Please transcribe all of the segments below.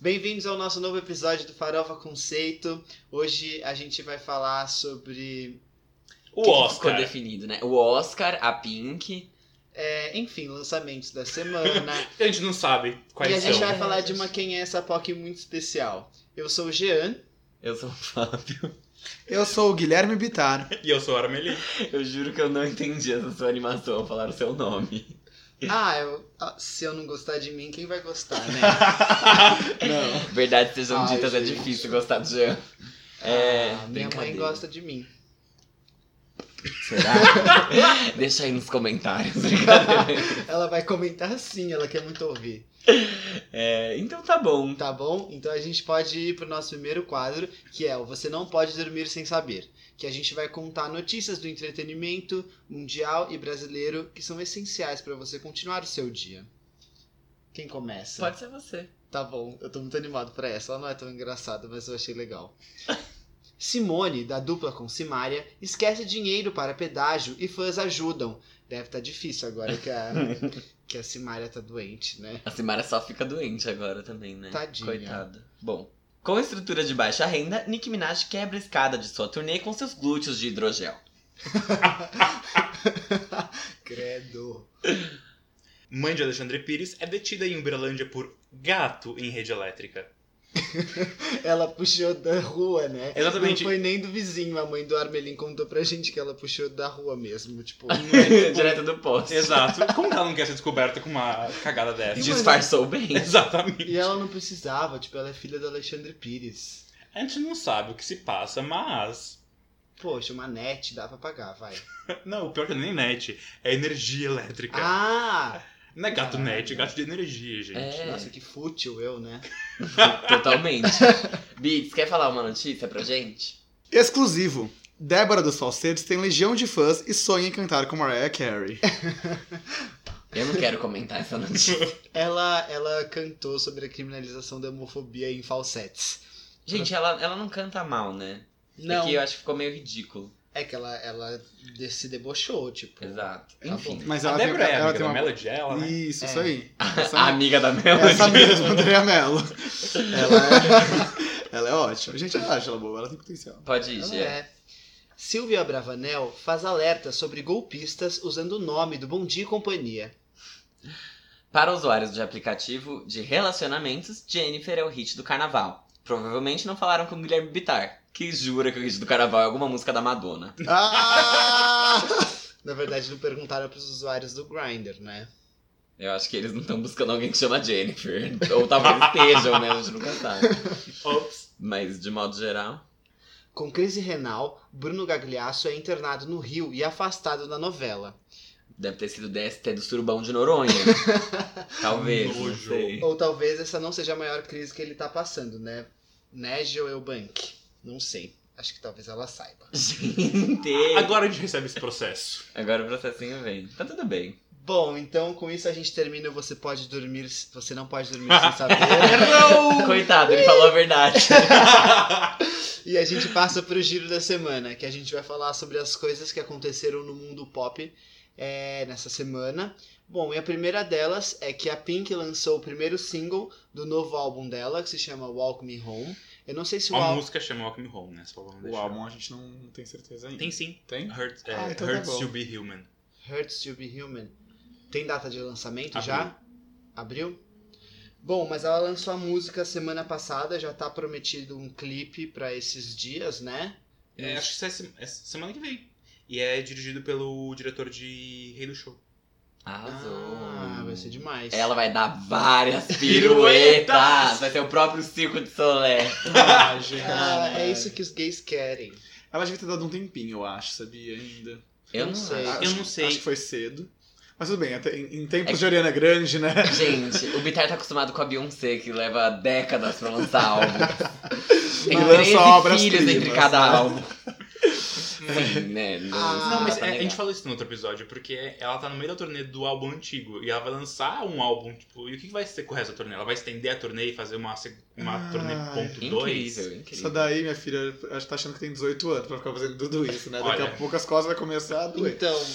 Bem-vindos ao nosso novo episódio do Farofa Conceito. Hoje a gente vai falar sobre. O que ficou Oscar. definido, né? O Oscar, a Pink. é, enfim, lançamentos da semana. A gente não sabe e a quais gente são. vai falar de uma Quem é essa POC muito especial. Eu sou o Jean. Eu sou o Fábio. Eu sou o Guilherme Bittar. E eu sou a Armeli. Eu juro que eu não entendi essa sua animação, falar o seu nome. Ah, eu- ah, se eu não gostar de mim, quem vai gostar, né? Não. Verdade sejam Ai, ditas, é gente. difícil gostar do Jean. É, Ah, minha mãe brincadeira. gosta de mim. Será? Deixa aí nos comentários. Ela vai comentar sim, ela quer muito ouvir. É, então tá bom. Tá bom? Então a gente pode ir pro nosso primeiro quadro, que é o Você Não Pode Dormir Sem Saber, que a gente vai contar notícias do entretenimento mundial e brasileiro que são essenciais pra você continuar o seu dia. Quem começa? Pode ser você. Tá bom, eu tô muito animado pra essa. Ela não é tão engraçada, mas eu achei legal. Simone, da dupla com Simária, esquece dinheiro para pedágio e fãs ajudam. Deve estar difícil agora que a, que a Simária tá doente, né? A Simara só fica doente agora também, né? Tadinha. Coitada. Bom. Com estrutura de baixa renda, Nicki Minaj quebra a escada de sua turnê com seus glúteos de hidrogel. Credo. Mãe de Alexandre Pires é detida em Uberlândia por gato em rede elétrica. Ela puxou da rua, né? Exatamente. Não foi nem do vizinho. A mãe do Armelin contou pra gente que ela puxou da rua mesmo. Tipo, Direto do poste. Exato. Como que ela não quer ser descoberta com uma cagada dessa? Diz- Disfarçou bem. Exatamente. e ela não precisava. Tipo, ela é filha do Alexandre Pires. A gente não sabe o que se passa, mas. Poxa, uma net dá pra pagar, vai. Não, o pior que não é nem net, é energia elétrica. Ah! não é gato caralho. net, é gato de energia, gente. É. Nossa, que fútil eu, né? Totalmente. Beats, quer falar uma notícia pra gente? Exclusivo. Débora dos Falsetes tem legião de fãs e sonha em cantar com Mariah Carey. Eu não quero comentar essa notícia. Ela, ela cantou sobre a criminalização da homofobia em falsetes. Gente, ela, ela não canta mal, né? Não, É que eu acho que ficou meio ridículo. é que ela, ela de- se debochou, tipo. Exato. bom. Enfim. Mas A ela tem, Débora é ela amiga tem da uma... Melody, é ela, né? Isso, É. isso aí. A Essa, amiga da Melody. essa mesma, Andrea Mello. Ela, Ela é ótima. Gente, eu acho ela boa, ela tem potencial. Pode ir, ela Gê. é. Silvia Bravanel faz alerta sobre golpistas usando o nome do Bom Dia e Companhia. Para usuários de aplicativo de relacionamentos, Jennifer é o hit do carnaval. Provavelmente não falaram com o Guilherme Bittar, que jura que o hit do carnaval é alguma música da Madonna. Ah! Na verdade, não perguntaram pros usuários do Grindr, né? Eu acho que eles não estão buscando alguém que chama Jennifer. Ou talvez estejam, né? A gente nunca sabe. Ops. Mas, de modo geral, Com crise renal, Bruno Gagliasso é internado no Rio e afastado da novela. Deve ter sido DST do surubão de Noronha. né? Talvez, não Nojo. sei. Ou talvez essa não seja a maior crise que ele tá passando, né? Né, Joe Eubank? Não sei. Acho que talvez ela saiba. Gente! Agora a gente recebe esse processo. Agora o processinho vem. Tá tudo bem. Bom, então com isso a gente termina. o Você pode dormir, você não pode dormir sem saber. Coitado, ele falou a verdade. e a gente passa pro giro da semana, que a gente vai falar sobre as coisas que aconteceram no mundo pop é, nessa semana. Bom, e a primeira delas é que a Pink lançou o primeiro single do novo álbum dela, que se chama Walk Me Home. Eu não sei se o A álbum. música chama Walk Me Home, né? Só vamos O deixar. álbum a gente não tem certeza ainda. Tem sim. Tem? Hurt, é, Ah, então tá Hurts bom. You Be Human. Hurts to Be Human. Tem data de lançamento Abril. já? Abril? Bom, mas ela lançou a música semana passada, já tá prometido um clipe pra esses dias, né? É, acho que isso é, se- é semana que vem. E é dirigido pelo diretor de Rei do Show. Arrasou. Ah, vai ser demais. Ela vai dar várias piruetas. Vai ser o próprio circo de Solé. Ah, gente. Ah, é isso que os gays querem. Ela devia ter dado um tempinho, eu acho, sabia? Ainda. Eu Não não sei. sei. Eu não sei. Acho que foi cedo. Mas tudo bem, até em em tempos É que- de Ariana Grande, né? Gente, o Bitar tá acostumado com a Beyoncé, que leva décadas pra lançar álbum. Tem E lança 13 obras filhos entre primas, cada né? álbum. Sim, né? Não, Ah, não, mas dá pra é, a negar. gente falou isso no outro episódio, porque ela tá no meio da turnê do álbum antigo. E ela vai lançar um álbum, tipo, e o que que vai ser com o resto da turnê? Ela vai estender a turnê e fazer uma, se- uma Ah, turnê ponto dois Incrível, incrível. Só daí, minha filha, acho que tá achando que tem 18 anos pra ficar fazendo tudo isso, né? Daqui Olha. a pouco as costas vai começar a doer. Então,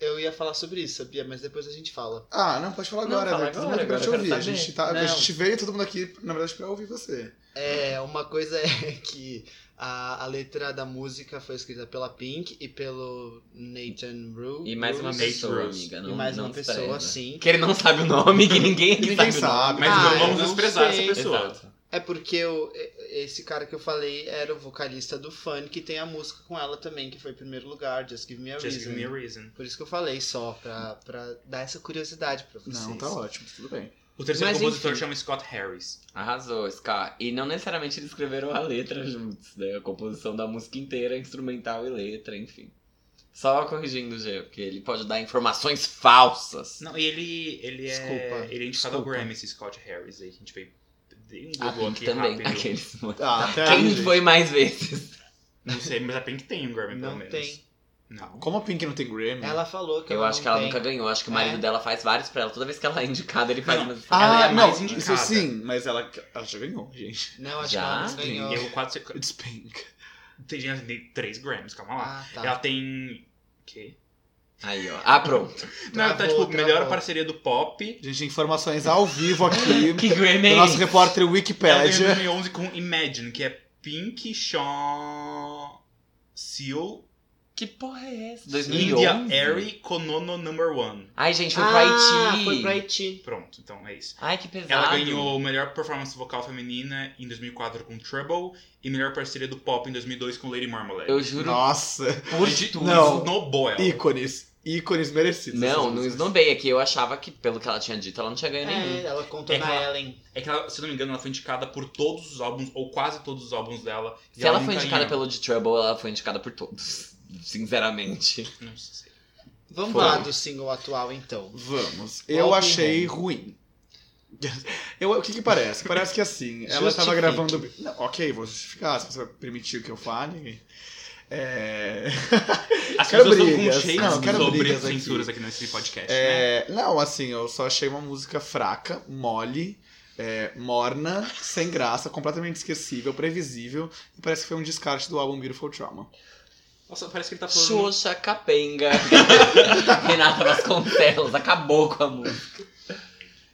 eu ia falar sobre isso, sabia? Mas depois a gente fala. Ah, não, pode falar Não, agora, fala Everton. Todo agora, mundo aqui pra te agora eu ouvir. quero A gente, tá, saber. a Não. gente veio todo mundo aqui, na verdade, pra ouvir você. É, uma coisa é que a, a letra da música foi escrita pela Pink e pelo Nathan Rue. E mais uma Bruce. Nate pessoa, Rose. amiga. E Não, mais não uma pessoa, despreza. sim. Que ele não sabe o nome, que ninguém aqui Ninguém sabe. sabe. Mas Ah, não vamos eu não desprezar sei. essa pessoa. Exato. É porque eu- esse cara que eu falei era o vocalista do Fun, que tem a música com ela também, que foi em primeiro lugar, Just Give Me a Just Reason. give me a reason. Por isso que eu falei só, pra, pra dar essa curiosidade pra vocês. Não, tá ótimo, tudo bem. O terceiro Mas, compositor enfim. chama Scott Harris. Arrasou, Scar. E não necessariamente eles escreveram a letra juntos, né? A composição da música inteira, instrumental e letra, enfim. Só corrigindo o G, porque ele pode dar informações falsas. Não, e ele, ele é. Desculpa, Ele é indicado ao desculpa. Ah, Grammy, esse Scott Harris. Aí a gente veio. Dei um A Google Pink aqui também, rápido. aqueles. Ah, até aí, Tá. Quem gente. foi mais vezes? Não sei, mas a Pink tem um Grammy, pelo Não menos. tem. Não. Como a Pink não tem Grammy? Ela falou que Eu ela acho não que ela tem. nunca ganhou. Acho que o marido É. dela faz vários pra ela. Toda vez que ela é indicada, ele faz Não. umas. Ah, ela é a não, mais indicada. isso sim, mas ela, ela já ganhou, gente. Não, acho Já? que ela não ganhou. Eu quase. It's Pink. Tem, gente, tem três Grammys, calma lá. Ah, tá. Ela tem. Quê? Aí, ó. Ah, pronto. Não, ela tá Travou, tipo, melhor travou. parceria do pop. Gente, informações ao vivo aqui Que Grammy do é nosso esse? Ela repórter ganhou em Wikipédia. 2011 com Imagine, que é Pink, Sean. Seal, Que porra é essa? India 2011? Airy, Konono Number One. Ai, gente, foi pro ah, Haiti. foi pra Haiti. Pronto, então é isso. Ai, que pesado. Ela ganhou melhor performance vocal feminina em 2004 com Trouble e melhor parceria do pop em 2002 com Lady Marmalade. Eu juro Nossa, por Gente, tudo. não. Snowball ela. ícones. Ícones merecidos. Não, essas não músicas. esnobei aqui. Eu achava que, pelo que ela tinha dito, ela não tinha ganho nenhum. É, ela contou É que na ela- Ellen. É que ela, se não me engano, ela foi indicada por todos os álbuns, ou quase todos os álbuns dela. e Se ela foi nunca indicada ganhou. pelo The Trouble, ela foi indicada por todos. Sinceramente. Não sei. Vamos Foi. falar do single atual, então. Vamos. Eu álbum achei ruim. Eu, o que que parece? Parece que assim, ela Justifique. tava gravando. Não, ok, vou justificar, se você permitiu que eu fale. É... As Quero pessoas estão com brigas. cheias Não, quero sobre brigas aqui. censuras aqui nesse podcast, né? É, Não, assim, eu só achei uma música fraca, mole, é, morna, sem graça, completamente esquecível, previsível. E parece que foi um descarte do álbum Beautiful Trauma. Nossa, parece que ele tá falando... Xuxa Capenga. Renata Vasconcelos acabou com a música.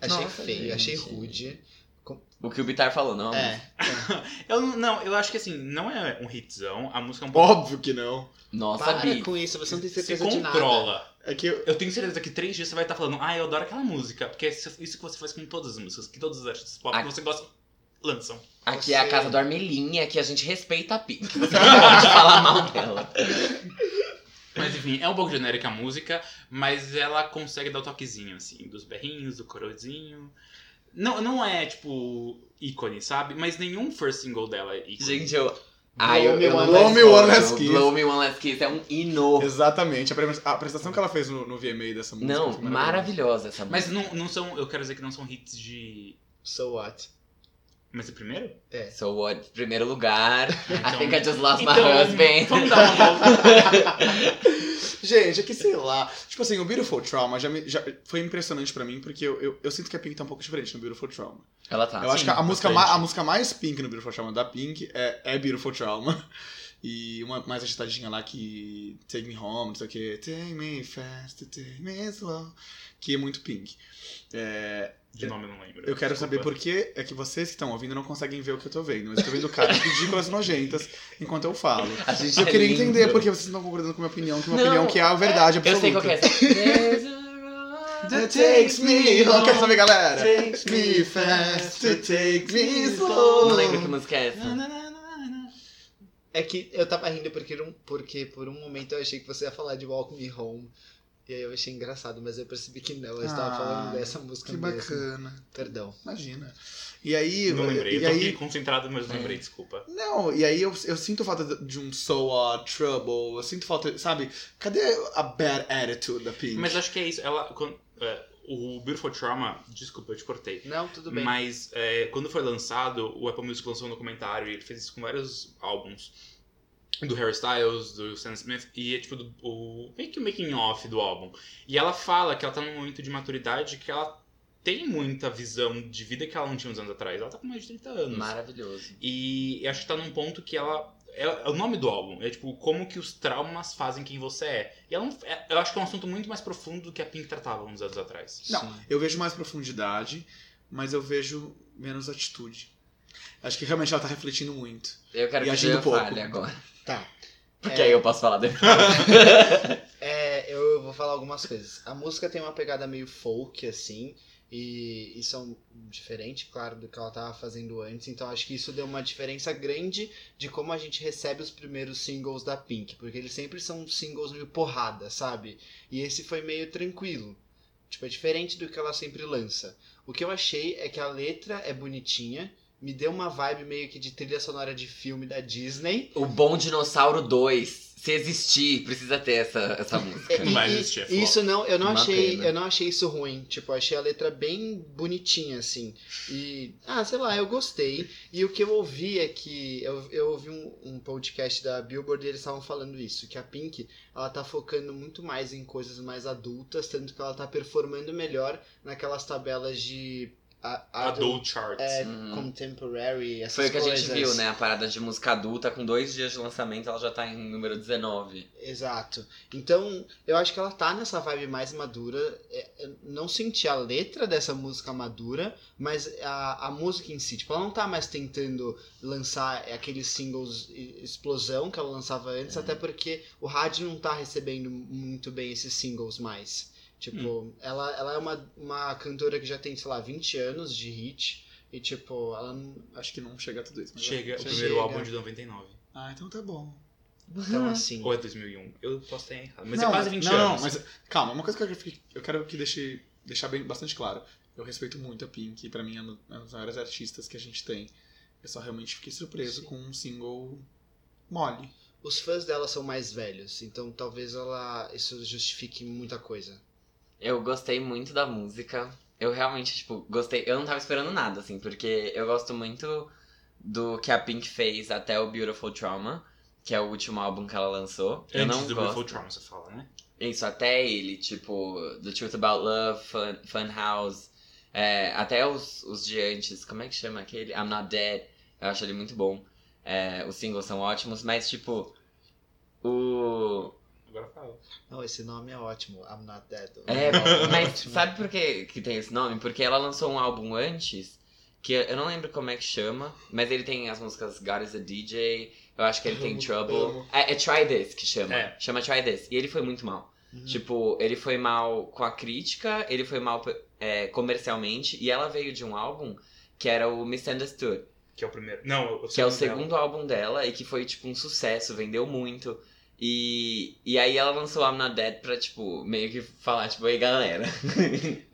Achei Nossa, feio, gente. achei rude. O que o Bitar falou, não. a É. música. Eu, não- não, eu acho que assim, não é um hitzão. A música é um pouco... Óbvio que não. Nossa, Para Bi. com isso, você não tem Se certeza de nada. controla. É que eu- Eu tenho certeza que três dias você vai estar falando, ah, eu adoro aquela música. Porque é isso isso que você faz com todas as músicas, que todos os artistas pop Ah. que você gosta lançam. Aqui é a Você- casa do Armelinha, que a gente respeita a Pink. Você não pode falar mal dela. Mas enfim, é um pouco genérica a música, mas ela consegue dar o toquezinho, assim, dos berrinhos, do corozinho. Não, não é, tipo, ícone, sabe? Mas nenhum first single dela é ícone. Gente, eu. Ai, Blow eu, me eu one não last- Blow me one gosto. last kiss. Blow me one last kiss é um hino. Exatamente. A apre- A apresentação que ela fez no, no VMA dessa música. Não, foi maravilhosa. maravilhosa essa música. Mas não, não são, eu quero dizer que não são hits de. So what? Mas é primeiro? So what? Primeiro lugar. I Então- think I just lost my Então, husband. Vamos dar uma volta. Gente, é que sei lá. Tipo assim, o Beautiful Trauma já, me- já foi impressionante pra mim, porque eu, eu, eu sinto que a Pink tá um pouco diferente no Beautiful Trauma. Ela tá. eu acho que a bastante. música, ma- a música mais Pink no Beautiful Trauma da Pink é, é Beautiful Trauma. E uma mais agitadinha lá que Take Me Home, não sei o que. Take me fast, take me slow. Que é muito Pink. É, De nome eu não lembro. eu quero saber por que é que vocês que estão ouvindo não conseguem ver o que eu tô vendo. Mas eu tô vendo caras ridículas nojentas enquanto eu falo. A gente Eu é queria lindo. entender por que vocês não estão concordando com a minha opinião, que é uma Não, opinião que é a verdade absoluta. Eu sei qual que é essa. There's a road That takes me home. Quer saber, galera? Takes me fast, to take me slow. Não lembro que música é essa. É que eu tava rindo porque, um- porque por um momento eu achei que você ia falar de Walk Me Home. E aí eu achei engraçado, mas eu percebi que não. Eu estava Ah, falando dessa música Que mesmo. bacana. Perdão. Imagina. E aí... Não lembrei. Eu E tô aqui aí... concentrado, mas não lembrei, desculpa. Não, e aí eu, eu sinto falta de um so what, trouble, eu sinto falta, sabe? Cadê a bad attitude da Pink? Mas acho que é isso. Ela. quando- é, o Beautiful Trauma. Desculpa, eu te cortei. Não, tudo bem. Mas é, quando foi lançado, o Apple Music lançou um documentário e ele fez isso com vários álbuns. Do Harry Styles, do Sam Smith, e é tipo do, o, meio que o making off do álbum. E ela fala que ela tá num momento de maturidade que ela tem muita visão de vida que ela não tinha uns anos atrás. Ela tá com mais de 30 anos. Maravilhoso. E eu acho que tá num ponto que ela É, é o nome do álbum. É tipo, como que os traumas fazem quem você é. E ela não- é- eu acho que é um assunto muito mais profundo do que a Pink tratava uns anos atrás. Não, Sim. Eu vejo mais profundidade, mas eu vejo menos atitude. Acho que realmente ela tá refletindo muito. Eu quero E que o agindo Jean pouco. fale agora. Tá. Porque É. aí eu posso falar depois. É, eu vou falar algumas coisas. A música tem uma pegada meio folk, assim, e isso é um, diferente, claro, do que ela tava fazendo antes, então acho que isso deu uma diferença grande de como a gente recebe os primeiros singles da Pink, porque eles sempre são singles meio porrada, sabe? E esse foi meio tranquilo. Tipo, é diferente do que ela sempre lança. O que eu achei é que a letra é bonitinha, me deu uma vibe meio que de trilha sonora de filme da Disney. O Bom Dinossauro 2. Se existir, precisa ter essa, essa música. Não vai existir, é flop. isso não, eu não Uma achei, pena. eu não achei isso ruim. Tipo, eu achei a letra bem bonitinha assim. E ah, sei lá, eu gostei. E o que eu ouvi é que eu, eu ouvi um, um podcast da Billboard e eles estavam falando isso, que a Pink, ela tá focando muito mais em coisas mais adultas, tanto que ela tá performando melhor naquelas tabelas de a- Adult Charts. é, Hum. contemporary, essas Foi o que a coisas. gente viu, né? A parada de música adulta, com dois dias de lançamento, ela já tá em número 19. Exato. Então, eu acho que ela tá nessa vibe mais madura. É, eu Não senti a letra dessa música madura, mas a, a música em si. Tipo, ela não tá mais tentando lançar aqueles singles e- explosão que ela lançava antes, até porque o rádio não tá recebendo muito bem esses singles mais. Tipo, ela, ela é uma, uma cantora que já tem, sei lá, 20 anos de hit. E, tipo, ela não. Acho que não chega a tudo isso. mas- Chega, o Chega. primeiro álbum de 99. Ah, então tá bom. Então, Uhum. assim. Ou é 2001. Eu posso ter errado. Mas não, é quase 20 não, anos. Não, mas calma, uma coisa que eu quero que, eu quero que deixe, deixar bem, bastante claro. Eu respeito muito a Pink, pra mim é uma é uma das maiores artistas que a gente tem. Eu só realmente fiquei surpreso Sim. com um single mole. os fãs dela são mais velhos, então talvez ela isso justifique muita coisa. Eu gostei muito da música. Eu realmente, tipo, gostei. Eu não tava esperando nada, assim, porque eu gosto muito do que a Pink fez até o Beautiful Trauma, que é o último álbum que ela lançou. eu Antes não do gosto. Beautiful Trauma, você fala, né? Isso, até ele, tipo, The Truth About Love, Fun, Fun House, é, até os, os de antes, como é que chama aquele? I'm Not Dead, eu acho ele muito bom. É, os singles são ótimos, mas, tipo, o. Agora fala. Não, esse nome é ótimo, I'm Not Dead. É, mas Ótimo. sabe por que, que tem esse nome? Porque ela lançou um álbum antes, que eu não lembro como é que chama, mas ele tem as músicas God is a DJ, eu acho que ele tem Amo, Trouble. amo. É, é Try This que chama, É. chama Try This, e ele foi muito mal. Uhum. Tipo, ele foi mal com a crítica, ele foi mal é, comercialmente, e ela veio de um álbum que era o Misunderstood, Que é o primeiro. Não, eu que é o segundo álbum dela e que foi, tipo, um sucesso, vendeu muito. E, e aí ela lançou I'm Not Dead pra, tipo, meio que falar, tipo, ei galera,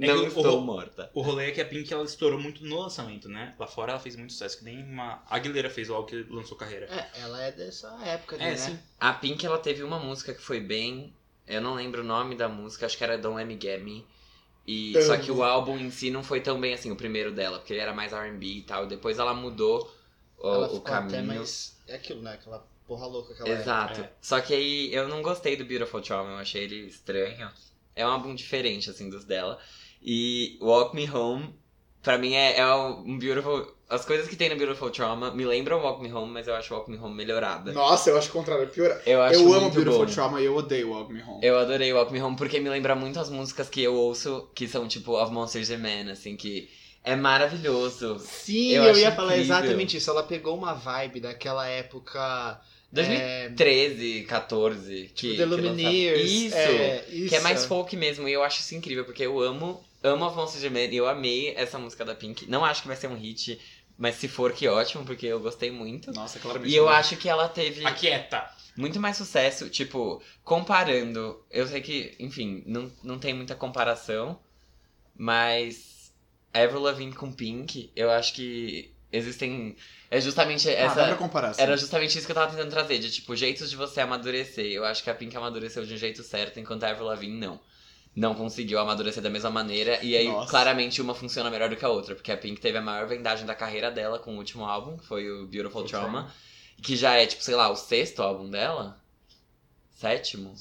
É não que o- estou morta. O rolê é que a Pink ela estourou muito no lançamento, né? Lá fora ela fez muito sucesso, que nem uma. A Aguilera fez logo que lançou carreira. É, ela é dessa época, É, né? sim. A Pink, ela teve uma música que foi bem, eu não lembro o nome da música, acho que era Don't Let Me Get Me. E, só que o álbum em si não foi tão bem assim, o primeiro dela, porque ele era mais R&B e tal. E depois ela mudou o, Ela o ficou até caminho. mais. É aquilo, né? Aquela porra louca que ela é. Exato. É. Só que aí eu não gostei do Beautiful Trauma, eu achei ele estranho. É um álbum diferente, assim, dos dela. E Walk Me Home, pra mim, é, é um Beautiful. As coisas que tem no Beautiful Trauma me lembram Walk Me Home, mas eu acho Walk Me Home melhorada. Nossa, eu acho o contrário, é pior. Eu acho eu amo muito Beautiful bom. Trauma e eu odeio Walk Me Home. Eu adorei Walk Me Home porque me lembra muito as músicas que eu ouço, que são tipo Of Monsters and Men, assim, que é maravilhoso. Sim, Eu eu, acho ia falar incrível. exatamente isso. Ela pegou uma vibe daquela época. 2013, 14, Tipo, que, The que lançava- Lumineers. Isso, é, isso. que é mais folk mesmo, e eu acho isso incrível, porque eu amo, amo Of Monsters and Men, e eu amei essa música da Pink. Não acho que vai ser um hit, mas se for, que ótimo, porque eu gostei muito. Nossa, é claramente. E eu não. acho que ela teve A quieta. muito mais sucesso, tipo, comparando. Eu sei que, enfim, não, não tem muita comparação, mas Avril Lavigne com Pink, eu acho que existem. É justamente Ah, dá pra essa. comparar, sim. Era justamente isso que eu tava tentando trazer, de tipo, jeitos de você amadurecer. Eu acho que a Pink amadureceu de um jeito certo, enquanto a Avril Lavigne não. Não conseguiu amadurecer da mesma maneira, e aí Nossa. claramente uma funciona melhor do que a outra, porque a Pink teve a maior vendagem da carreira dela com o último álbum, que foi o Beautiful Beautiful Trauma, que já é, tipo, sei lá, o sexto álbum dela? Sétimo?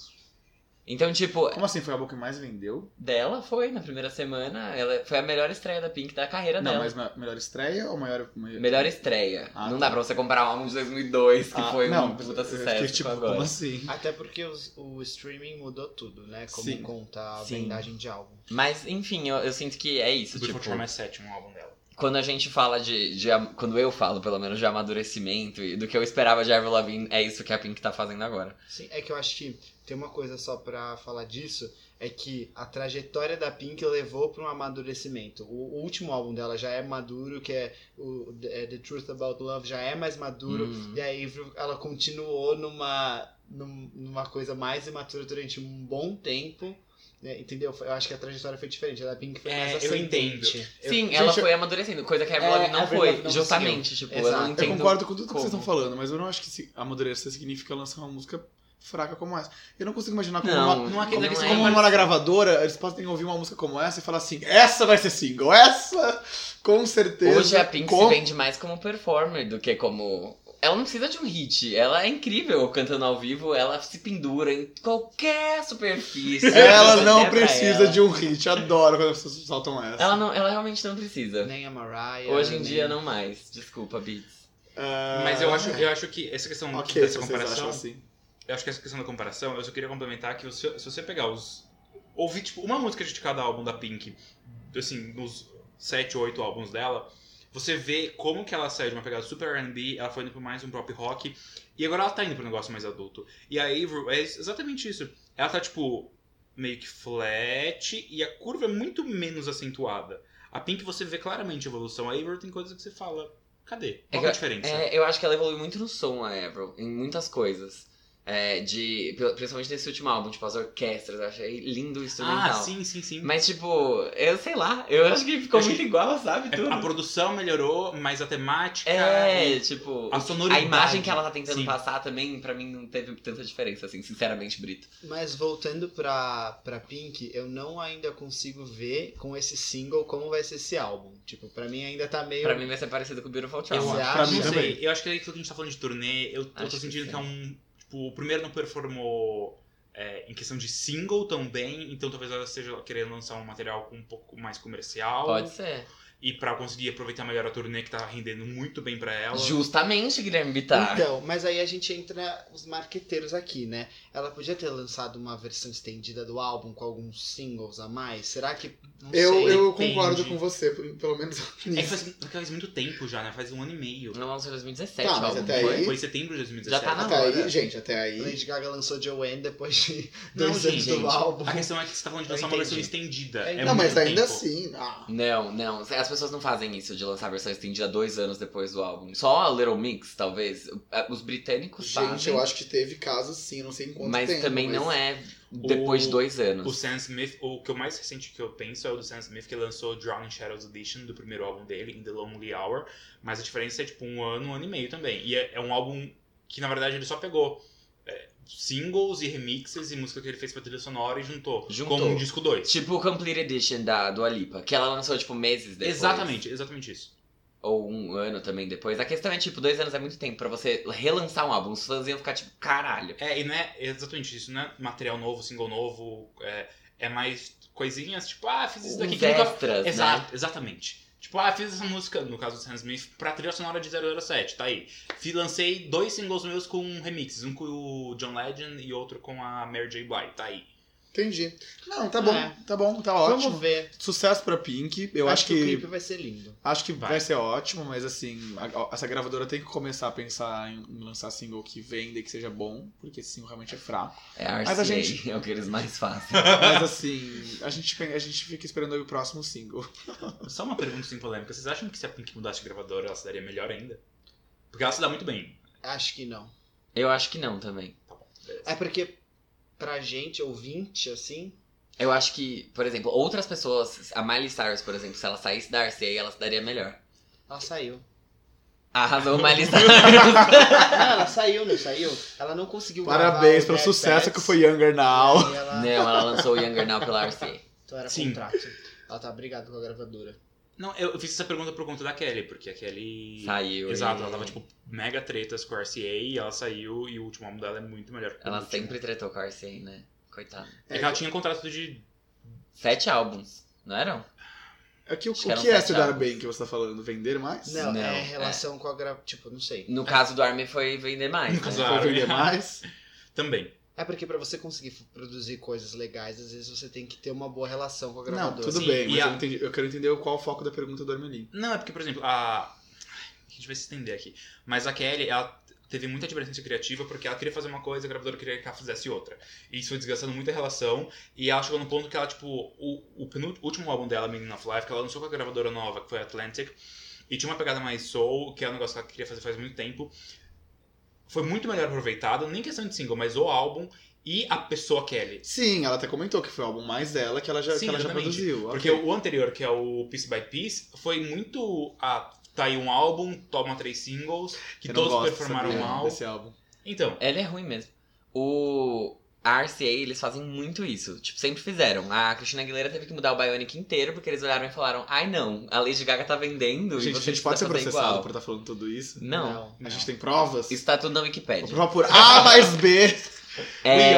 Então, tipo, Como assim? Foi a álbum que mais vendeu? dela foi na primeira semana, ela foi a melhor estreia da Pink da carreira Não, dela. mas ma- melhor estreia ou maior. maior... Melhor estreia. Ah, não tá. dá pra você comparar o álbum de 2002, que Ah, foi um não, puta eu sucesso Fiquei, com tipo, agora. como assim? Até porque os- o streaming mudou tudo, né? Como Sim. conta a Sim. vendagem de álbum. Mas, enfim, eu, eu sinto que é isso, O Beautiful tipo... Charm é sétimo álbum dela. Quando a gente fala de, de am- Quando eu falo, pelo menos, de amadurecimento e do que eu esperava de Avril Lavigne, é isso que a Pink tá fazendo agora. Sim, é que eu acho que tem uma coisa só pra falar disso, é que a trajetória da Pink levou pra um amadurecimento. O, o último álbum dela já é maduro, que é, o, é The Truth About Love, já é mais maduro. Uhum. E a Avril, ela continuou numa, num- numa coisa mais imatura durante um bom tempo. né? Entendeu? Foi- Eu acho que a trajetória foi diferente. A da Pink foi É, mais eu ascendente. Eu- Sim, ela gente, foi amadurecendo, coisa que a Avril É, Lavigne não a Avril foi. Lavigne não justamente, tipo, eu Exato. não Eu Eu entendo... concordo com tudo que vocês como. estão falando, mas eu não acho que se amadurecer significa lançar uma música fraca como essa. Eu não consigo imaginar como uma, Não, Não é que não eles é como mas- uma gravadora, eles podem ouvir uma música como essa e falar assim: essa vai ser single, essa com certeza. Hoje é a Pink com... se vende mais como performer do que como. Ela não precisa de um hit. Ela é incrível cantando ao vivo. Ela se pendura em qualquer superfície. Ela não Até pra precisa ela. de um hit, adoro quando as pessoas soltam essa. Ela, não, ela realmente não precisa. Nem a Mariah. Hoje em nem- dia não mais. Desculpa, Beats. Ah, Mas eu acho, é. eu acho que essa questão Ok, dessa se vocês acham comparação. assim. Eu acho que essa questão da comparação, eu só queria complementar que se, se você pegar os. Ouvir, tipo, uma música de cada álbum da Pink, assim, nos 7 ou 8 álbuns dela, você vê como que ela saiu de uma pegada super RB, ela foi indo pra mais um pop rock, e agora ela tá indo pra um negócio mais adulto. E a Avril é exatamente isso. Ela tá, tipo, meio que flat, e a curva é muito menos acentuada. A Pink você vê claramente a evolução, a Avril tem coisas que você fala, cadê? Qual É que que é a diferença? É, eu acho que ela evoluiu muito no som, a Avril, em muitas coisas. É, de, principalmente nesse último álbum, tipo, as orquestras, eu achei lindo o Ah, instrumental. sim, sim, sim. Mas, tipo, eu sei lá, eu acho que ficou Acho muito igual, sabe? É, Tudo. A produção melhorou, mas a temática. É, e tipo, a A sonoridade. imagem que ela tá tentando Sim. passar também, pra mim, não teve tanta diferença, assim, sinceramente, Brito. Mas voltando pra, pra Pink, eu não ainda consigo ver com esse single como vai ser esse álbum. Tipo, pra mim ainda tá meio. Pra mim vai ser parecido com o Beautiful Eu, Child. Você acho, acha? não sei. Também. Eu acho que é aquilo que a gente tá falando de turnê. Eu, eu Acho tô que sentindo que, sim. é um. Tipo, o primeiro não performou é, em questão de single tão bem, então talvez ela esteja querendo lançar um material com um pouco mais comercial. Pode ser. E pra conseguir aproveitar melhor a turnê que tá rendendo muito bem pra ela. Justamente, Guilherme Bittar. Então, mas aí a gente entra os marqueteiros aqui, né? Ela podia ter lançado uma versão estendida do álbum com alguns singles a mais. Será que. Não Eu, sei. eu depende. concordo com você, pelo menos É que nisso. faz, faz muito tempo já, né? Faz um ano e meio. Não, é lançou em 2017, Tá, mas o álbum, até não aí- foi? Foi em setembro de 2017. É Já tá na Até hora. aí, gente, até aí. Lady Gaga lançou Joanne depois de Não, dois anos gente, do álbum. A questão é que você tá falando de Eu lançar uma entendi. versão estendida. É, É, não, mas muito ainda tempo. assim. Ah, Não, não. As pessoas não fazem isso de lançar a versão estendida dois anos depois do álbum. Só a Little Mix, talvez. É, Os britânicos gente, fazem, eu acho que teve casos sim, não sei em quanto mas tempo. também não é depois de dois anos. O Sam Smith, o que eu mais recente que eu penso é o do Sam Smith que lançou Drowning Shadows Edition do primeiro álbum dele, In The Lonely Hour, mas a diferença é tipo um ano, um ano e meio também. E é, é um álbum que na verdade ele só pegou é, singles e remixes e música que ele fez pra trilha sonora e juntou, Juntou. como um disco 2. Tipo o Complete Edition da Dua Lipa, que ela lançou, tipo, meses depois. Exatamente, exatamente isso. ou um ano também depois. A questão é, tipo, dois anos é muito tempo pra você relançar um álbum. Os fãs iam ficar, tipo, caralho. É, e não é exatamente isso, não é material novo, single novo, é, é mais coisinhas tipo, ah, fiz isso daqui Os que nunca extras, né? Exato, exatamente. Tipo, ah, fiz essa música, no caso do Sam Smith, pra trilha sonora de 007, tá aí. Fiz, lancei dois singles meus com remixes, um com o John Legend e outro com a Mary J. Blige, tá aí. Entendi. Não, tá bom, É. tá bom, tá Vamos ótimo. ver. Sucesso pra Pink. Eu acho, o que, clipe vai ser lindo. acho que vai. Vai. ser ótimo, mas assim, a- a- essa gravadora tem que começar a pensar em em lançar single que venda e que seja bom, porque esse single realmente é fraco. É a RCA, Mas a gente- é o que eles mais fazem. mas assim, a gente, a gente fica esperando aí o próximo single. Só uma pergunta sem polêmica, vocês acham que se a Pink mudasse de gravadora, ela se daria melhor ainda? Porque ela se dá muito bem. Acho que não. Eu acho que não também. É porque, pra gente, ouvinte, assim, Eu acho que, por exemplo, outras pessoas... A Miley Cyrus, por exemplo, se ela saísse da RCA, ela se daria melhor. ela saiu. Arrasou Miley Cyrus. Não, ela saiu, não saiu? Ela não conseguiu Parabéns gravar o pelo Bad sucesso Bats, que foi Younger Now. e aí ela- não, ela lançou o Younger Now pela RCA. Então era Sim. contrato. Ela tá brigada com a gravadora. Não, eu eu fiz essa pergunta por conta da Kelly, porque a Kelly... Saiu. Exato, ela e- tava, tipo, mega tretas com a RCA e ela saiu e o último álbum dela é muito melhor que o Ela último. sempre tretou com a RCA, né? Coitado. É que ela tinha um contrato de. Sete álbuns, não eram? É que o, o Acho que um que eram é sete se dar álbuns. bem que você tá falando? Vender mais? Não, Não, é é. relação com a gra... Tipo, não sei. No caso do Armin foi vender mais. No né? caso Foi Claro. vender mais? Também. É porque pra você conseguir f- produzir coisas legais, às vezes você tem que ter uma boa relação com a Não, gravadora. tudo Sim, bem, e mas a- eu, não entendi- eu quero entender qual o foco da pergunta do Armelin. Não, é porque, por exemplo, a. A gente vai se estender aqui. Mas a Kelly, ela teve muita divergência criativa porque ela queria fazer uma coisa, a gravadora queria que ela fizesse outra. E isso foi desgastando muito a relação. E ela chegou num ponto que ela, tipo, o, o penúltimo último álbum dela, Meaning of Life, que ela lançou com a gravadora nova, que foi Atlantic. E tinha uma pegada mais soul, que é um negócio que ela queria fazer faz muito tempo. Foi muito melhor aproveitado, nem questão de single, mas o álbum e a pessoa Kelly. Sim, ela até comentou que foi o álbum mais dela que ela já, Sim, que ela já exatamente. produziu. Porque ok. o anterior, que é o Piece by Piece, foi muito a. Tá aí um álbum, toma três singles, que Eu não todos gosto dessa performaram mulher, mal. Desse álbum. Então, Ela é ruim mesmo. O a RCA, eles fazem muito isso. Tipo, sempre fizeram. A Cristina Aguilera teve que mudar o Bionic inteiro, porque eles olharam e falaram, ai não, a Lady Gaga tá vendendo e Gente, a você gente pode ser precisa fazer processado igual. por estar falando tudo isso? Não. A Não. gente tem provas? Isso tá tudo na Vou Wikipedia. provar por A mais B. É,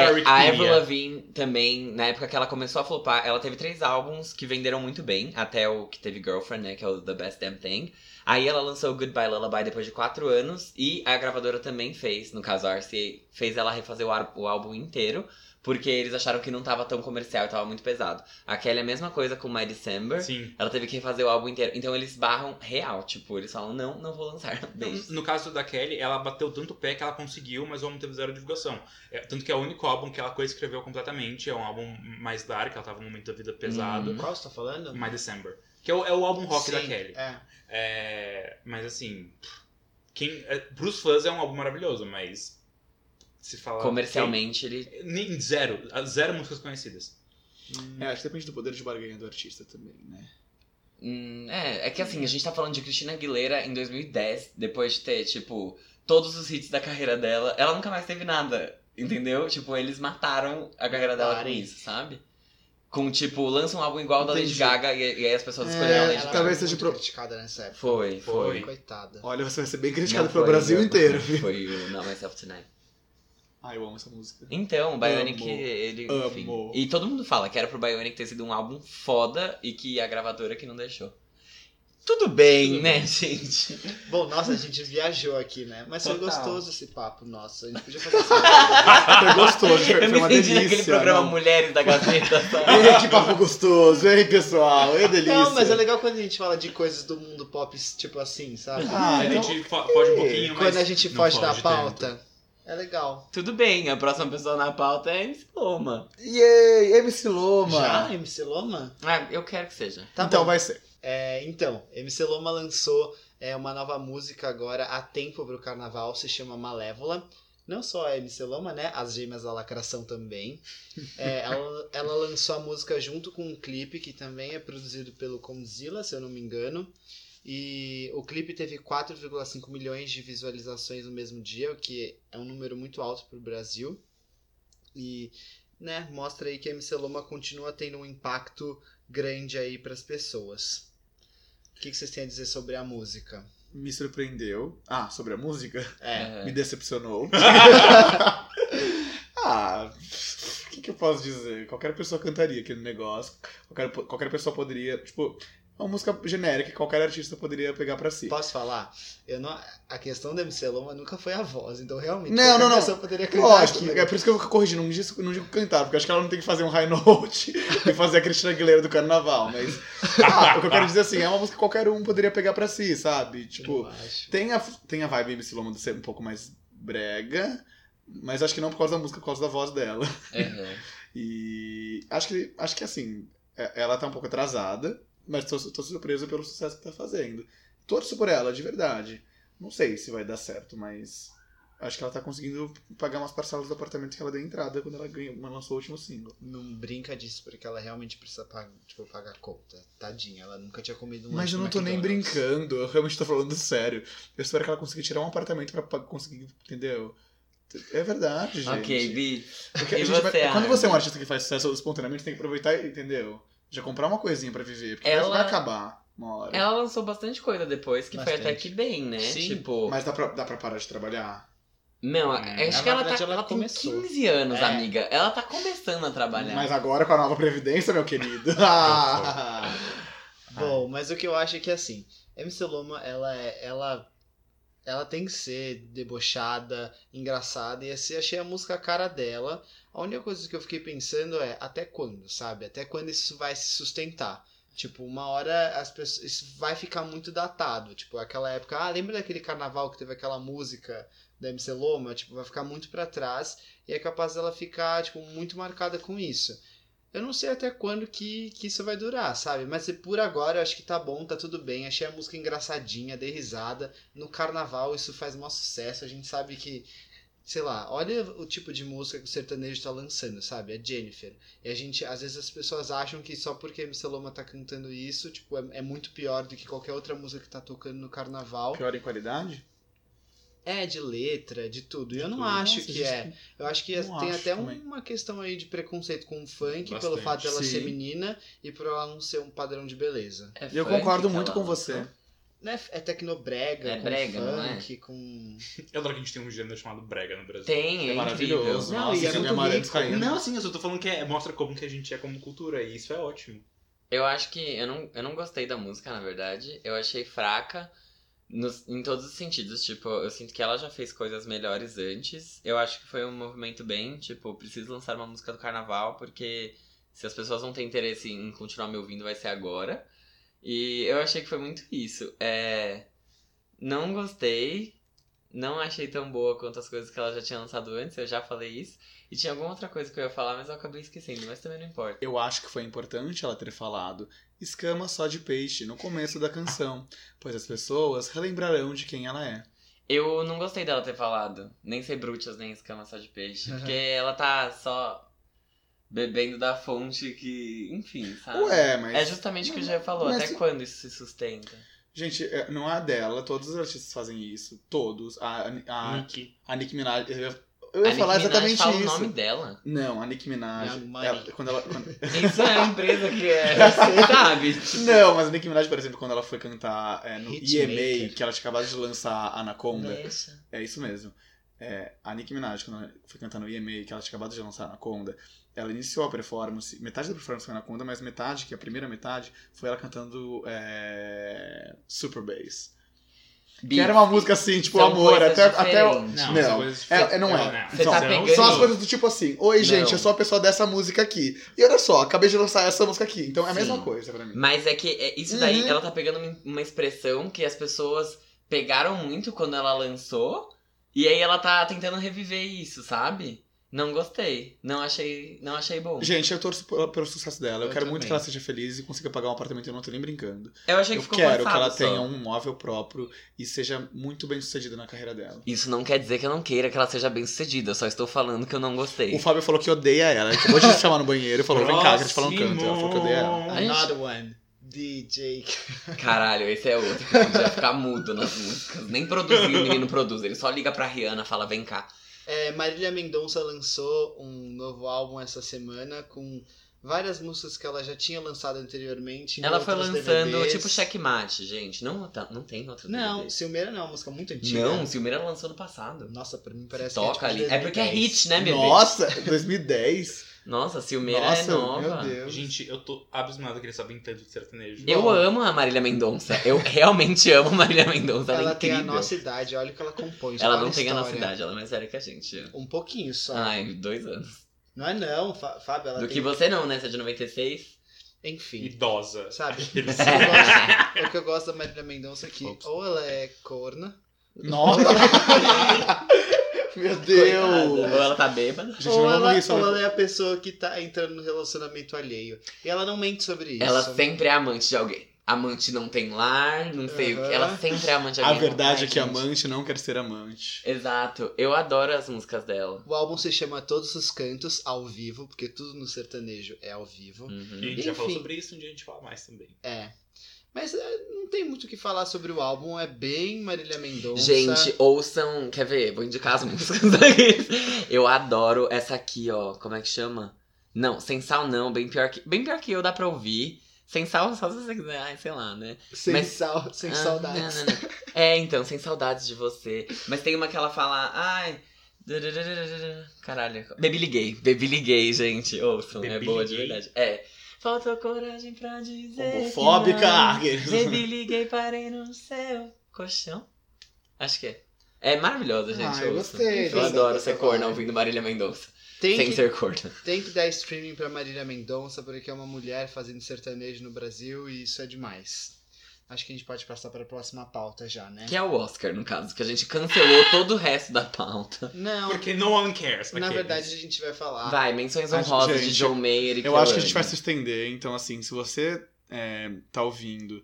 are a Wikipedia. Avril Lavigne também, na época que ela começou a flopar, ela teve três álbuns que venderam muito bem, até o que teve Girlfriend, né, que é o The Best Damn Thing. Aí ela lançou o Goodbye Lullaby depois de quatro anos, e a gravadora também fez, no caso a RCA, fez ela refazer o, ar- o álbum inteiro, porque eles acharam que não tava tão comercial e tava muito pesado. A Kelly é a mesma coisa com My December, sim. ela teve que refazer o álbum inteiro, então eles barram real, tipo, eles falam, não, não vou lançar, beijos. No caso da Kelly, ela bateu tanto o pé que ela conseguiu, mas o álbum teve zero divulgação. É, tanto que é o único álbum que ela coescreveu completamente, é um álbum mais dark, ela tava num momento da vida pesado. Qual você tá falando? My December. Que é o, é o álbum rock Sim, da Kelly. É. É, mas assim, quem, é, pros fãs é um álbum maravilhoso, mas se falar. Comercialmente, ele... Nem zero. Zero músicas conhecidas. É, acho que depende do poder de barganha do artista também, né? Hum, é, é que Uhum. assim, a gente tá falando de Cristina Aguilera em 2010, depois de ter, tipo, todos os hits da carreira dela, ela nunca mais teve nada, entendeu? Tipo, eles mataram a carreira dela com Parem. isso, sabe? Com, tipo, lança um álbum igual ao da Lady Entendi. Gaga e, e aí as pessoas É, escolheram a Lady ela Gaga. talvez foi seja muito pro- criticada nessa época. Foi, foi. Foi. Coitada. Olha, você vai ser bem Não criticado pelo foi Brasil o- inteiro, viu? Foi o Not Myself Tonight. Ah, eu amo essa música. Então, o Bionic, Amo. ele, enfim... Amo. E todo mundo fala que era pro Bionic ter sido um álbum foda e que a gravadora que não deixou. Tudo bem, Tudo né, gente? Bom, nossa, a gente viajou aqui, né? Mas foi Total. gostoso esse papo, nossa. A gente podia fazer assim. Foi gostoso, foi, Eu foi me uma senti delícia. naquele programa não. É, tipo, Mulheres da Gazeta, tá? sabe? Ei, que papo gostoso, ei, pessoal, ei, delícia. Não, mas é legal quando a gente fala de coisas do mundo pop, tipo assim, sabe? Ah, a então- gente fo- foge um pouquinho, mas. quando a gente não foge da tanto. pauta. É legal. Tudo bem, a próxima pessoa na pauta é MC Loma. Yay, MC Loma. Já, MC Loma? Ah, eu quero que seja. Tá então bom. vai ser. É, então, MC Loma lançou é, uma nova música agora há tempo pro carnaval, se chama Malévola. Não só a MC Loma, né? As gêmeas da lacração também. É, ela, ela lançou a música junto com um clipe que também é produzido pelo Condzilla, se eu não me engano. E o clipe teve 4,5 milhões de visualizações no mesmo dia, o que é um número muito alto pro Brasil. E, né, mostra aí que a MC Loma continua tendo um impacto grande aí pras pessoas. O que, que vocês têm a dizer sobre a música? Me surpreendeu. Ah, sobre a música? É. Me decepcionou. ah, o que, que eu posso dizer? Qualquer pessoa cantaria aquele negócio. Qualquer, qualquer pessoa poderia. Tipo, é uma música genérica que qualquer artista poderia pegar pra si. Posso falar? Eu não, a questão da MC Loma nunca foi a voz, então realmente Não, qualquer não, não. pessoa poderia cantar né? Lógico, aquilo. é por isso que eu vou corrigir, não digo, não digo cantar, porque eu acho que ela não tem que fazer um high note e fazer a Cristina Aguilera do carnaval, mas. Ah, o que eu quero dizer assim, é uma música que qualquer um poderia pegar pra si, sabe? Tipo, Eu acho. Tem a, tem a vibe MC Loma de ser um pouco mais brega, mas acho que não por causa da música, por causa da voz dela. E acho que, acho que assim, é- ela tá um pouco atrasada, mas tô, tô surpreso pelo sucesso que tá fazendo. Torço por ela, de verdade. Não sei se vai dar certo, mas acho que ela tá conseguindo pagar umas parcelas do apartamento que ela deu entrada quando ela ganhou, lançou o último single. Não brinca disso, porque ela realmente precisa pagar, tipo, pagar conta. Tadinha, ela nunca tinha comido um Mas lanche eu não do tô nem McDonald's. brincando, eu realmente tô falando sério. Eu espero que ela consiga tirar um apartamento pra pa- conseguir, entendeu? É verdade, gente. ok, Bi. Porque a E gente você, vai- Armin? quando você é um artista que faz sucesso espontaneamente, tem que aproveitar, entendeu? Já comprar uma coisinha pra viver, porque Ela- vai acabar uma hora. Ela lançou bastante coisa depois, que foi Bastante. até que bem, né? Sim. Tipo, Mas dá pra, dá pra parar de trabalhar? Não, É, acho na que ela, verdade, tá, ela ela tem começou. 15 anos, É. amiga. Ela tá começando a trabalhar. Mas agora com a nova Previdência, meu querido. Ah. Bom, mas o que eu acho é que assim, MC Loma, ela é. Ela, ela tem que ser debochada, engraçada, e assim, achei a música a cara dela. A única coisa que eu fiquei pensando é até quando, sabe? Até quando isso vai se sustentar. Tipo, uma hora as pessoas. Isso vai ficar muito datado. Tipo, aquela época. Ah, lembra daquele carnaval que teve aquela música da MC Loma? Tipo, vai ficar muito pra trás. E é capaz dela ficar, tipo, muito marcada com isso. Eu não sei até quando que, que isso vai durar, sabe? Mas por agora eu acho que tá bom, tá tudo bem. Achei a música engraçadinha, dei risada. No carnaval isso faz maior sucesso. A gente sabe que, sei lá, olha o tipo de música que o sertanejo tá lançando, sabe? É Jennifer. E a gente, às vezes as pessoas acham que só porque a MC Loma tá cantando isso, tipo, é, é muito pior do que qualquer outra música que tá tocando no carnaval. Pior em qualidade? É, de letra, de tudo. E eu não tudo. acho Nossa, que gente, é. Eu acho que Não tem acho até também. uma questão aí de preconceito com o funk, pelo Bastante. fato dela ser Sim. menina e por ela não ser um padrão de beleza. É Eu funk concordo que muito ela com você. lançou. Né? É tecnobrega, É com brega, não é? funk, com. Eu adoro que a gente tem um gênero chamado brega no Brasil. Tem, é, É maravilhoso. maravilhoso. Não, Nossa, e é Silvia muito Amarantos rico. caindo. Não, assim, eu só tô falando que é- mostra como que a gente é como cultura, e isso é ótimo. Eu acho que eu não, eu não gostei da música, na verdade. Eu achei fraca nos- em todos os sentidos. Tipo, eu sinto que ela já fez coisas melhores antes. Eu acho que foi um movimento bem, tipo, preciso lançar uma música do carnaval, porque se as pessoas não têm interesse em continuar me ouvindo, vai ser agora. E eu achei que foi muito isso. É, Não gostei. Não achei tão boa quanto as coisas que ela já tinha lançado antes, eu já falei isso. E tinha alguma outra coisa que eu ia falar, mas eu acabei esquecendo, mas também não importa. Eu acho que foi importante ela ter falado escama só de peixe no começo da canção, pois as pessoas relembrarão de quem ela é. Eu não gostei dela ter falado. Nem ser bruxas, nem escama só de peixe. Porque ela tá só bebendo da fonte que. Enfim, Ah. sabe? Ué, mas. É justamente o que o Jean falou. Mas- Até quando isso se sustenta? Gente, é, não é a dela, todos os artistas fazem isso. Todos. A, Ah, a, Nick. a Nicki Minaj. Eu ia, eu Hum. ia A Nicki falar Minaj exatamente fala isso. o nome dela. Não, a Nicki Minaj. Minha mãe. ela- quando ela, quando- Isso é a empresa que é. sabe? Tipo, Não, mas a Nicki Minaj, por exemplo, quando ela foi cantar é, no Hitmaker. EMA, que ela tinha acabado de lançar Anaconda. Deixa. É isso mesmo. É, a Nicki Minaj, quando ela foi cantar no EMA, que ela tinha acabado de lançar Anaconda, ela iniciou a performance, metade da performance foi Anaconda, mas metade, que é a primeira metade, foi ela cantando é, Super Bass. Que era uma música assim, tipo, São amor, coisas até, até o- diferentes. Não, Não, são coisas é- é- não é. Você tá São- pegando- São as coisas do tipo assim, oi gente, Não. eu sou a pessoa dessa música aqui. E olha só, acabei de lançar essa música aqui. Então é a Sim. mesma coisa pra mim. Mas é que é, isso daí, Uhum. ela tá pegando uma- uma expressão que as pessoas pegaram muito quando ela lançou. E aí ela tá tentando reviver isso, sabe? Não gostei. Não achei, não achei bom. Gente, eu torço pelo, pelo sucesso dela. Eu, Eu quero muito também. que ela seja feliz e consiga pagar um apartamento, eu não tô nem brincando. Eu achei que Eu ficou quero que forçado ela só. tenha um móvel próprio e seja muito bem sucedida na carreira dela. Isso não quer dizer que eu não queira que ela seja bem sucedida. Eu só estou falando que eu não gostei. O Fábio falou que odeia ela. Ele acabou de te chamar no banheiro e falou: vem cá, quero te falar um canto. Ela falou que odeia ela. A gente- Another one. DJ. Caralho, esse é outro que podia ficar mudo nas músicas. Nem produzir, o menino produz. Ele só liga pra Rihanna e fala, vem cá. É, Marília Mendonça lançou um novo álbum essa semana com várias músicas que ela já tinha lançado anteriormente. em Ela foi outros lançando, DVDs. tipo, checkmate, gente. Não, tá- não tem outro Não, DVD. Silmeira não, é uma música muito antiga. Não, Silmeira lançou no passado. Nossa, pra mim parece que é, Toca tipo, de ali. É porque é 2010. hit, né, bebê? Nossa, 2010? Nossa, Silmeira Nossa, é nova. meu Deus. Gente, eu tô abismado que eles sabem tanto de sertanejo. Eu Bom. amo a Marília Mendonça. Eu realmente amo a Marília Mendonça. Ela, Ela é incrível. tem a nossa idade, olha o que ela compõe. ela só não na tem a nossa história. idade, ela é mais velha que a gente. Um pouquinho só. Ai, dois anos. Não é não, Fá- Fábio, ela Do tem... que você não, né? Você é de 96. Enfim, Idosa. sabe? Aqueles- Eu gosto- o que eu gosto da Marília Mendonça é que Ops. ou ela é corna, Nossa! meu Coitada. Deus! Ou ela tá bêbada. Gente, ou, não ela, vamos isso. ou Ela... ela é a pessoa que tá entrando no relacionamento alheio. E ela não mente sobre isso. Ela sempre é amante de alguém. Amante não tem lar, não sei o Aham. que. Ela sempre é amante de A alguém. verdade é que Ai, gente. amante não quer ser amante. Exato. Eu adoro as músicas dela. O álbum se chama Todos os Cantos, ao vivo, porque tudo no sertanejo é ao vivo. E a Uhum. gente já falou Enfim. sobre isso, um dia a gente fala mais também. É. Mas é, não tem muito o que falar sobre o álbum, é bem Marília Mendonça. Gente, ouçam. Quer ver? Vou indicar as músicas aqui. Eu adoro essa aqui, ó. Como é que chama? Não, sem sal não. Bem pior que, bem pior que eu, dá pra ouvir. Sem sal, só se você quiser, ai, sei lá, né? Sem Mas- sal, sem Ah, saudades. não, não, não. É, então, sem saudades de você. Mas tem uma que ela fala, ai. darararara, Caralho. Baby liguei. Baby liguei, gente. Ouçam, é Baby boa de liguei? verdade. É. Falta coragem pra dizer. que Homofóbica! Ah, não. Baby liguei, parei no seu colchão. Acho que é. É maravilhosa, gente. Ah, eu ouçam. gostei Eu dessa- adoro dessa ser corna vibe. ouvindo Marília Mendonça. Tem sem que- ser corna. Tem que dar streaming pra Marília Mendonça, porque é uma mulher fazendo sertanejo no Brasil e isso é demais. Acho que a gente pode passar para a próxima pauta já, né? Que é o Oscar, no caso, que a gente cancelou todo o resto da pauta. Não, Porque no one cares. na aqueles. verdade a gente vai falar. Ah. Vai, menções Mas, honrosas de gente, John Mayer e Eu acho que a gente vai Kelly. se estender, então assim, se você é, tá ouvindo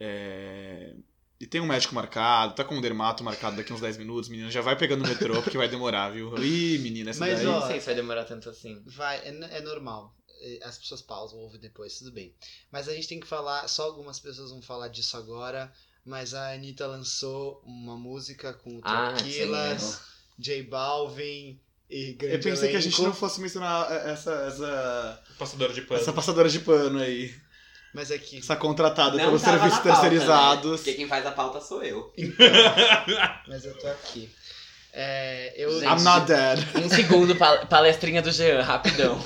é, e tem um médico marcado, tá com um dermato marcado daqui uns 10 minutos, menina, já vai pegando o metrô porque vai demorar, viu? Ih, menina, essa Mas, daí. Eu ó, não sei se vai demorar tanto assim. Vai, é, n- é normal. É, As pessoas pausam, ouvem depois, tudo bem. Mas a gente tem que falar, só algumas pessoas vão falar disso agora, mas a Anitta lançou uma música com o Ah, Tranquilas, J Balvin e grande Eu pensei que a gente elenco. não fosse mencionar é, essa, essa, Passadora de pano. essa passadora de pano aí. Mas é que Essa contratada Não pelo tava na serviço pauta, né? terceirizados. Porque quem faz a pauta sou eu. Mas eu tô aqui. É, eu, Gente, I'm not dead. Um segundo, pal- palestrinha do Jean, rapidão.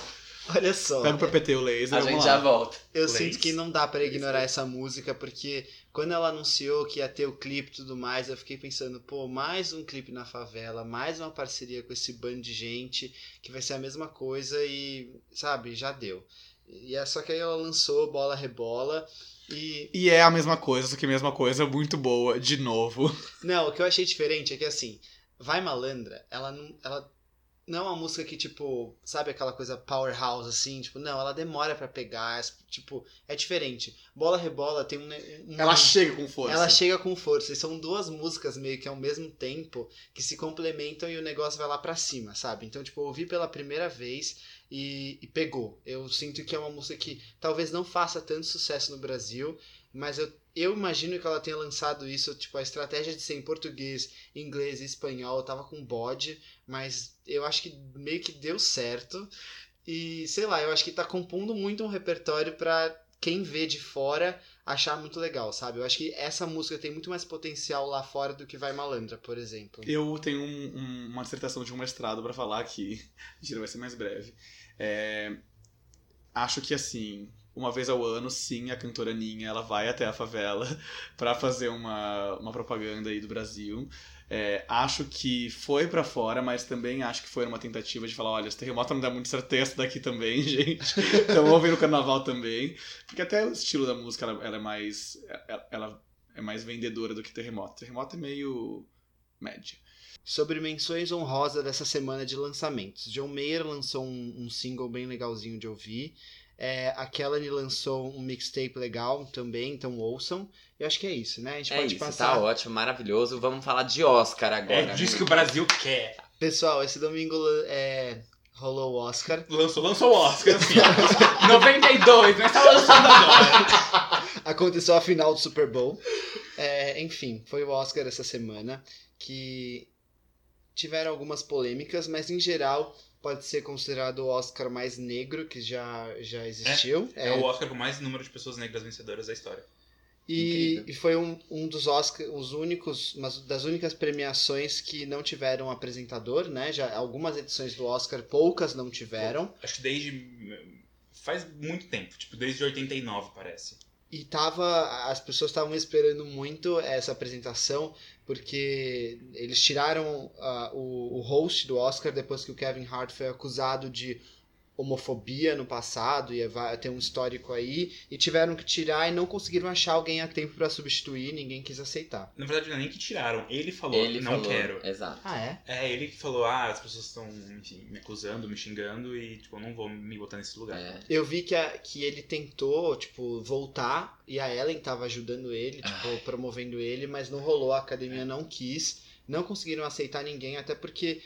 olha só, Pega o PPT, o laser, A vamos gente lá. já volta. eu Plays. sinto que não dá pra ignorar essa música, porque quando ela anunciou que ia ter o clipe e tudo mais, eu fiquei pensando, pô, mais um clipe na favela, mais uma parceria com esse bando de gente, que vai ser a mesma coisa e, sabe, já deu. E é só que aí ela lançou Bola Rebola e E é a mesma coisa, só que a mesma coisa muito boa, de novo. Hum. Não, o que eu achei diferente é que assim, Vai Malandra, ela não. Ela não é uma música que, tipo, sabe aquela coisa powerhouse, assim, tipo, não, ela demora pra pegar, es- tipo, é diferente. Bola Rebola tem um. ne- um- Ela chega com força. ela chega com força, e são duas músicas meio que ao mesmo tempo que se complementam e o negócio vai lá pra cima, sabe? Então, tipo, eu ouvi pela primeira vez e, e pegou. Eu sinto que é uma música que talvez não faça tanto sucesso no Brasil, mas eu, eu imagino que ela tenha lançado isso, tipo, a estratégia de ser em português, inglês e espanhol, eu tava com um bode, mas eu acho que meio que deu certo. E sei lá, eu acho que tá compondo muito um repertório pra quem vê de fora achar muito legal, sabe? Eu acho que essa música tem muito mais potencial lá fora do que Vai Malandra, por exemplo. Eu tenho um- um- uma dissertação de um mestrado pra falar aqui. Mentira, vai ser mais breve. É, acho que assim, uma vez ao ano, sim, a cantora Ninha ela vai até a favela pra fazer uma, uma propaganda aí do Brasil. É, acho que foi pra fora, mas também acho que foi uma tentativa de falar: olha, esse terremoto não dá muito certeza daqui também, gente. Então vamos ver no carnaval também. Porque até o estilo da música ela, ela é mais. Ela, ela é mais vendedora do que terremoto. Terremoto é meio. média. Sobre menções honrosas dessa semana de lançamentos. John Mayer lançou um, um single bem legalzinho de ouvir. É, a Kelly lançou um mixtape legal também, então ouçam. Eu acho que é isso, né? A gente É pode isso, passar. tá ótimo, maravilhoso. Vamos falar de Oscar agora. É disso que o Brasil quer. Pessoal, esse domingo é, rolou o Oscar. Lançou, lançou o Oscar, assim. 92, mas tá lançando agora. Aconteceu a final do Super Bowl. É, enfim, foi o Oscar essa semana que tiveram algumas polêmicas, mas em geral pode ser considerado o Oscar mais negro que já, já existiu. É o Oscar com mais número de pessoas negras vencedoras da história. E, Incrível. e foi um, um dos Oscars, os únicos, mas das únicas premiações que não tiveram apresentador, né? Já algumas edições do Oscar, poucas não tiveram. Acho que desde. Faz muito tempo, tipo, desde 89, parece. E tava, as pessoas estavam esperando muito essa apresentação, porque eles tiraram ah, o, o host do Oscar depois que o Kevin Hart foi acusado de homofobia no passado e vai- tem um histórico aí e tiveram que tirar e não conseguiram achar alguém a tempo pra substituir, ninguém quis aceitar. Na verdade, não é nem que tiraram. Ele falou, Ele não falou, quero. Exato. Ah, é? É, ele que falou, ah, as pessoas estão, enfim, me acusando, me xingando e, tipo, eu não vou me botar nesse lugar. É. Eu vi que, a- que ele tentou, tipo, voltar e a Ellen tava ajudando ele, tipo, promovendo ele, mas não rolou, a É. academia não quis, não conseguiram aceitar ninguém, até porque,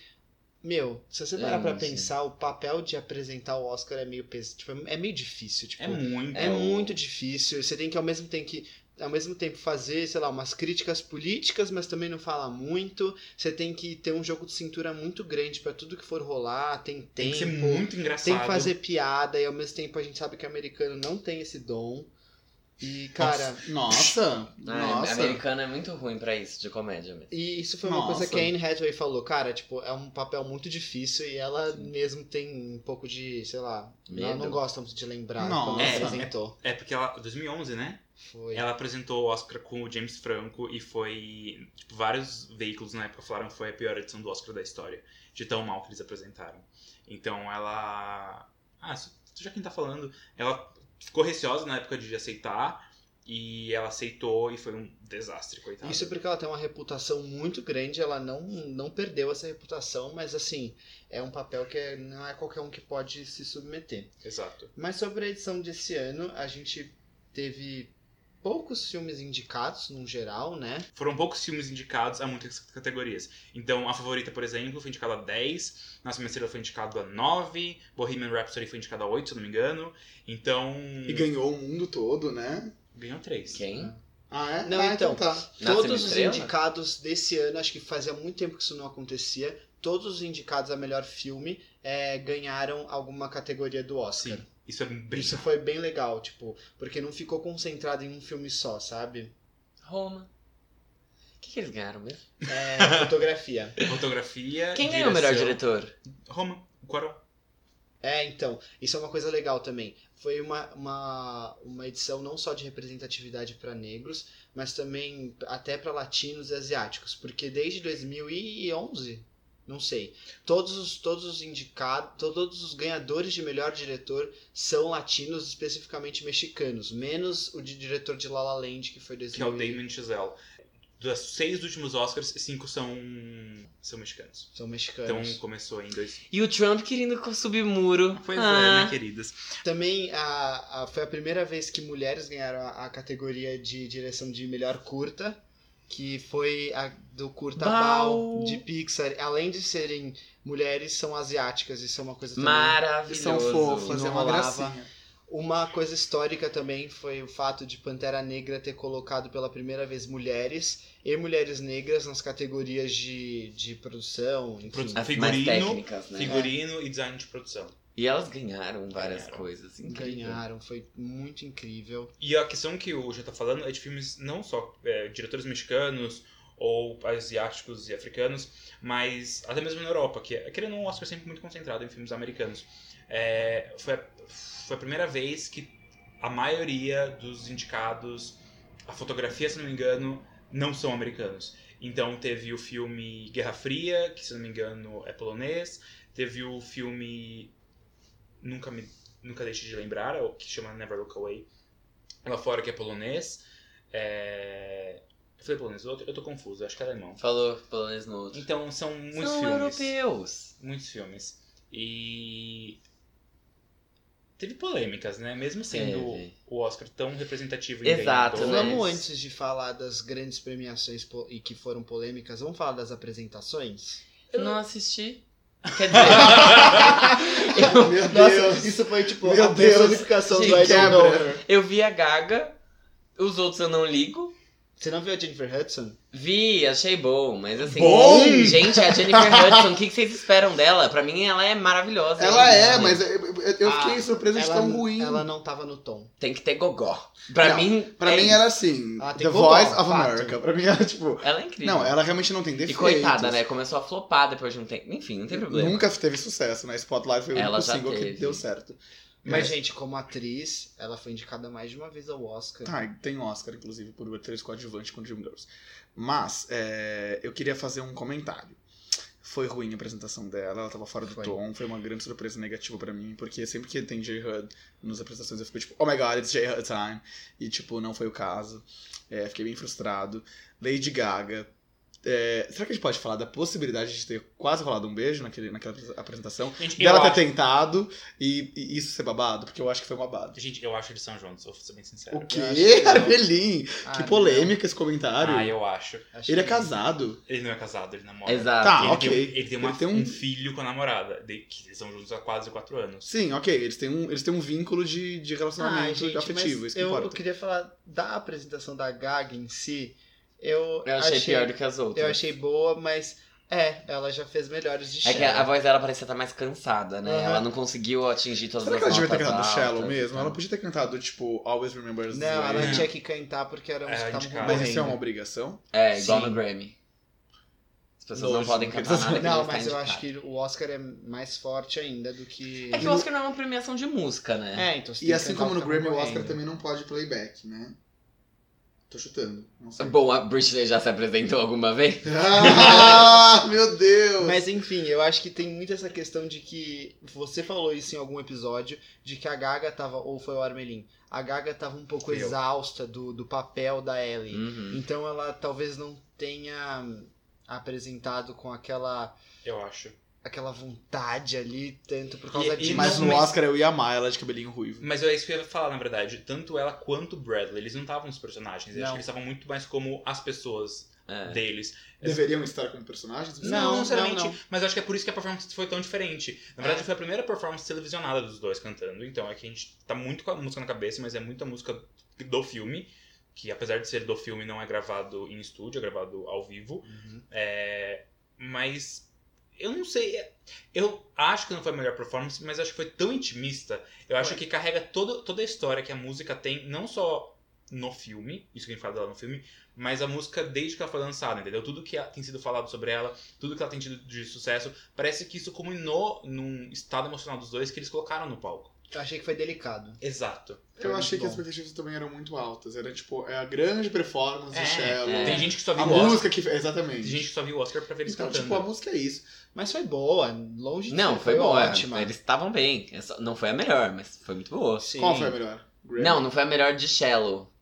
meu, se você É, parar pra Gente. pensar, o papel de apresentar o Oscar é meio pes... tipo, é é meio difícil, tipo, É muito. é muito difícil. Você tem que ao mesmo tempo que ao mesmo tempo fazer, sei lá, umas críticas políticas, mas também não falar muito. Você tem que ter um jogo de cintura muito grande pra tudo que for rolar, tem tempo. Tem que ser muito engraçado. Tem que fazer piada e ao mesmo tempo a gente sabe que o americano não tem esse dom. E, cara, Nossa, Ai, nossa. americano é muito ruim pra isso, de comédia mesmo. E isso foi uma Nossa. coisa que a Anne Hathaway falou, cara, tipo, é um papel muito difícil e ela mesmo tem um pouco de, sei lá, ela Medo. não gosta muito de lembrar Nossa. como ela É, apresentou. É porque ela, 2011, né? Foi. Ela apresentou o Oscar com o James Franco e foi. Tipo, vários veículos na época falaram que foi a pior edição do Oscar da história, de tão mal que eles apresentaram. Então ela. Ah, isso- já quem tá falando. Ela ficou receosa na época de aceitar e ela aceitou e foi um desastre, coitada. Isso é porque ela tem uma reputação muito grande, ela não, não perdeu essa reputação, mas assim, é um papel que é- não é qualquer um que pode se submeter. Exato. Mas sobre a edição desse ano, a gente teve poucos filmes indicados, no geral, né? Foram poucos filmes indicados a muitas categorias. Então, A Favorita, por exemplo, foi indicada a 10, Nossa Menseira foi indicado a 9, Bohemian Rhapsody foi indicado a 8, se eu não me engano. Então. E ganhou o mundo todo, né? Ganhou 3. Quem? Ah, é? Não, ah, então. tá. Todos os Estrela? indicados desse ano, acho que fazia muito tempo que isso não acontecia, todos os indicados a melhor filme eh, ganharam alguma categoria do Oscar. Sim. Isso é bem. Isso foi bem legal, tipo, porque não ficou concentrado em um filme só, sabe? Roma. O que, que eles ganharam mesmo? É, fotografia. Fotografia. Quem ganhou o melhor direção. diretor? Roma, o Quaron. É, então, isso é uma coisa legal também. Foi uma, uma, uma edição não só de representatividade para negros, mas também até para latinos e asiáticos, porque desde 2011, não sei, todos os, todos os indicados, todos os ganhadores de melhor diretor são latinos, especificamente mexicanos, menos o de diretor de La La Land, que foi que é o 2000 e- Damon Chazelle. Dos seis últimos Oscars, cinco são, são mexicanos. são Então mexicanos. começou em dois. E o Trump querendo subir muro. Pois é, ah, né, queridas? Também a, a- foi a primeira vez que mulheres ganharam a, a categoria de direção de melhor curta, que foi a do curta Bau! Bal de Pixar. Além de serem mulheres, são asiáticas, isso é uma coisa também. Maravilhoso. São fofas, é Não uma rolava. gracinha. Uma coisa histórica também foi o fato de Pantera Negra ter colocado pela primeira vez mulheres e mulheres negras nas categorias de, de produção, enfim. Produ- As mais um Figurino, técnicas, né? Figurino e design de produção. E elas ganharam várias Ganharam. coisas. Incrível. Ganharam, foi muito incrível. E a questão que o já tá falando é de filmes não só é, diretores mexicanos ou asiáticos e africanos, mas até mesmo na Europa, que aquele não é um Oscar sempre muito concentrado em filmes americanos. É, foi, a, foi a primeira vez que a maioria dos indicados a fotografia, se não me engano, não são americanos. Então teve o filme Guerra Fria, que se não me engano é polonês, teve o filme Nunca me nunca deixe de lembrar, o que chama Never Look Away, lá fora que é polonês. É... Eu falei polonês, eu tô, eu tô confuso, acho que é alemão. Falou polonês no outro. Então são muitos São filmes. europeus. Muitos filmes. E. Teve polêmicas, né? Mesmo sendo Teve. o Oscar tão representativo e Exato, ganhador. né? Vamos antes de falar das grandes premiações po- e que foram polêmicas, vamos falar das apresentações? Eu não assisti. Quer dizer, eu, Meu Nossa, Deus. isso foi tipo Meu a Deus. personificação Gente, do I don't know. Quebra. eu vi a Gaga, os outros eu não ligo. Você não viu a Jennifer Hudson? Vi, achei bom, mas assim. Bom? Gente, a Jennifer Hudson, o que, que vocês esperam dela? Pra mim, ela é maravilhosa. Ela gente. é, mas eu, eu- eu fiquei Ah, surpresa de ela, tão ruim. ela não tava no tom. Tem que ter gogó. Pra Não, mim. Pra é mim isso. era assim, Ah, tem The gogó, Voice of fato. America. Pra mim era tipo... Ela é incrível. Não, ela realmente não tem E defeitos. coitada, né? Começou a flopar depois de um tempo. Enfim, não tem problema. Nunca teve sucesso, né? Spotlight foi o Ela único já single teve. que deu certo. É. Mas, gente, como atriz, ela foi indicada mais de uma vez ao Oscar. Tá, e tem Oscar, inclusive, por atriz coadjuvante com Dreamgirls. Mas, é, eu queria fazer um comentário. Foi ruim a apresentação dela, ela tava fora do Foi. tom, foi uma grande surpresa negativa pra mim, porque sempre que tem J-HUD nas apresentações eu fico tipo, oh my god, it's J-HUD time, e tipo, não foi o caso. É, fiquei bem frustrado. Lady Gaga. É, será que a gente pode falar da possibilidade de ter quase rolado um beijo naquele, naquela apresentação? Gente, eu Dela ter acho- tentado e, e isso ser babado? Porque eu acho que foi um babado. Gente, eu acho eles são juntos, vou ser bem sincero. O acho que quê, não. Arvelin? Ah, Que não. polêmica esse comentário. Ah, eu acho. Acho Ele é que- casado. Ele não é casado, ele namora. Exato. Tá. Ele, Ah, ok. tem, ele tem, uma- Ele tem um- um... filho com a namorada, de, que eles são juntos há quase quatro anos. Sim, ok. Eles têm um, eles têm um vínculo de, de Ah, relacionamento gente, afetivo, mas isso que eu importa. queria falar da apresentação da Gaga em si. Eu, Eu achei, pior do que as outras. Eu achei boa, mas É, ela já fez melhores de É que a, a Shallow. voz dela parecia estar mais cansada, né? Aham. Ela não conseguiu atingir todas Será as que ela tá devia ter notas cantado altas, Shallow mesmo? então. Ela podia ter cantado, tipo, Always Remember Us. Não, ela É. tinha que cantar porque era É, uns que indicado. estavam Mas isso é uma morrendo. Ah, obrigação? É, igual Sim. no Grammy. As pessoas não Nojo, podem não cantar quero nada que não, Não, está Tá mas eu indicado. acho que o Oscar é mais forte ainda do que. É que o Oscar não é uma premiação de música, né? É, então você E tem que assim cantar como no o que tá Grammy, o morrendo. Oscar também é não pode playback, né? Tô chutando. Não sei. Bom, a Britney já se apresentou alguma vez? ah, meu Deus! Mas enfim, eu acho que tem muito essa questão de que você falou isso em algum episódio, de que a Gaga tava, ou foi o Armelin, a Gaga tava um pouco Eu. Hum. exausta do, do papel da Ellie. Uhum. Então ela talvez não tenha apresentado com aquela eu acho. aquela vontade ali tanto por causa E- e disso. Uhum. Mas no Mas- Oscar eu ia amar ela de cabelinho ruivo. Mas é isso que eu ia falar, na verdade. Tanto ela quanto o Bradley, eles não estavam os personagens. Eu acho Não. que eles estavam muito mais como as pessoas É. deles. Deveriam estar como personagens? Não, não, necessariamente. não. É. Mas eu acho que é por isso que a performance foi tão diferente. Na verdade, foi a primeira performance televisionada dos dois cantando. Então é que a gente tá muito com a música na cabeça, mas é muita música do filme. Que apesar de ser do filme, não é gravado em estúdio, é gravado ao vivo. Uhum. É, mas eu não sei. é- Eu acho que não foi a melhor performance, mas acho que foi tão intimista. Eu acho Foi. que carrega todo, toda a história que a música tem, não só no filme, isso que a gente fala dela no filme, mas a música desde que ela foi lançada, entendeu? Tudo que ela- tem sido falado sobre ela, tudo que ela tem tido de sucesso, parece que isso culminou num estado emocional dos dois que eles colocaram no palco. Eu achei que foi delicado. Exato. Foi Eu achei muito que as bom. expectativas também eram muito altas. Era tipo, é a grande performance É, de Shallow. é. Tem gente que só viu A o Oscar. música que. Exatamente. Tem gente que só viu o Oscar pra ver eles Então, cantando. tipo, a música é isso. Mas foi boa, longe de Não, ser, foi, boa. ótima. Eles estavam bem. É só- Não foi a melhor, mas foi muito boa. Sim. Qual foi a melhor? Grammy? Não, não foi a melhor de Shallow.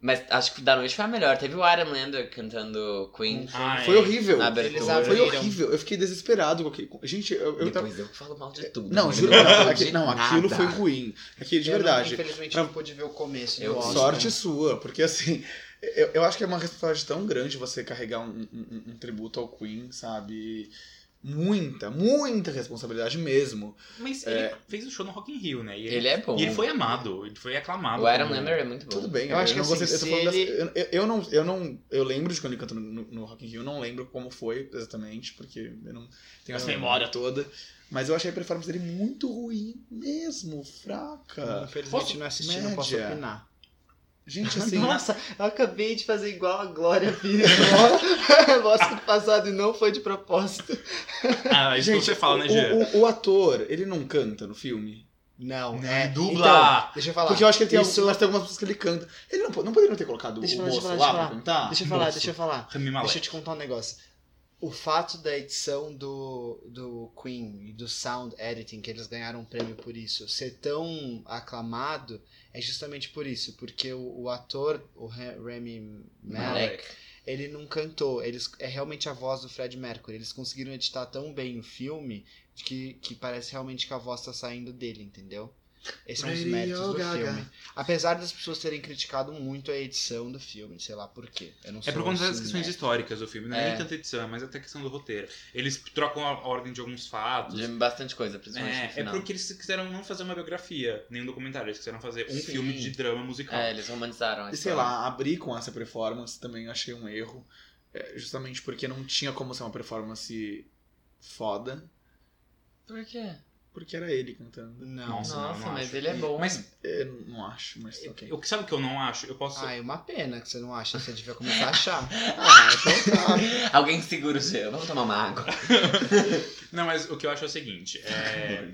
Mas acho que da noite foi a melhor. Teve o Adam Lander cantando Queen. Ai, Foi horrível. Ah, bem. Eles Foi abriram. horrível. Eu fiquei desesperado com aquilo. Gente, eu, eu tava. É, Depois eu falo mal de tudo. Não, mas juro. eu Não, falo aqui- de não, aquilo nada. foi ruim. Aqui, de Eu não- verdade. infelizmente pra- não pude ver o começo Eu do Oscar. vi. Sorte sua, porque assim, eu, eu acho que é uma responsabilidade tão grande você carregar um, um- um tributo ao Queen, sabe? Muita, muita responsabilidade mesmo. Mas ele É. fez o show no Rock in Rio, né? E ele, Ele é bom. e ele foi amado, ele foi aclamado. O Adam como- Lander é muito bom. Tudo bem, Eu acho que não assim, gostei- se eu, tô falando ele- das- eu- eu- eu não, eu não, eu lembro de quando ele cantou no, no Rock in Rio, eu não lembro como foi exatamente, porque eu não tenho essa Hum. memória toda, mas eu achei a performance dele muito ruim mesmo, fraca. Infelizmente Posso- não assisti, não posso né? média. opinar. Gente, assim, Nossa, eu acabei de fazer igual a Glória Pires no- no Oscar passado e não foi de propósito. Ah, isso que você fala, né, Jean? o, o, o ator, ele não canta no filme? Não, Não, é... Né, dubla. Então, deixa eu falar. Porque eu acho que ele tem, Isso- algumas, mas tem algumas músicas que ele canta. Ele não, po- não poderia ter colocado Deixa eu o falar, moço deixa eu lá falar, pra cantar? Deixa eu falar, Moço. deixa eu falar. Rami Malek. então, Deixa eu te contar um negócio. O fato da edição do, do Queen e do Sound Editing, que eles ganharam um prêmio por isso, ser tão aclamado é justamente por isso. Porque o, o ator, o Ra- Rami Malek, é Malek. ele não cantou. Eles, é realmente a voz do Fred Mercury. Eles conseguiram editar tão bem o filme que, que parece realmente que a voz tá saindo dele, entendeu? Esse é um dos Radio méritos do Gaga. filme. Apesar das pessoas terem criticado muito a edição do filme, sei lá por quê. Eu não É sou por conta das assim, questões né? históricas do filme, não é, É. nem tanta edição, é mais até questão do roteiro. Eles trocam a a ordem de alguns fatos. De bastante coisa, principalmente no É, é final. porque eles quiseram não fazer uma biografia, nem um documentário, eles quiseram fazer um Sim. filme de drama musical. É, eles romanizaram a E sei história. lá, abrir com essa performance também eu achei um erro. É, justamente porque não tinha como ser uma performance foda, Por quê? porque era ele cantando. Não. Nossa, não, Nossa, não mas acho. ele é bom. Mas Eu não acho, mas ok. o que sabe o que eu não acho? Eu posso. Ai, uma pena que você não acha. Você devia começar a achar. Ah, então tá. Alguém segura o gelo. Vamos tomar uma água. Não, mas o que eu acho é o seguinte: é,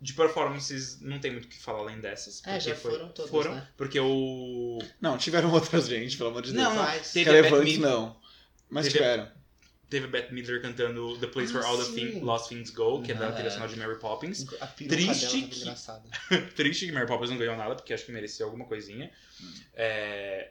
de performances não tem muito o que falar além dessas. É, porque já foi- foram todas, Foram, né? porque o. Não, tiveram outras gente, pelo amor de Deus. Não, não, Mas- teve a Beth Relevantes Midler- não. Mas Teve a- tiveram. Teve a Beth Midler cantando The Place Ah, Where All the sim. Thing- Lost Things Go, que é da Ah, trilha é. sonora de Mary Poppins. A peruca Triste dela tava que- engraçada. triste que Mary Poppins não ganhou nada, porque acho que merecia alguma coisinha. É,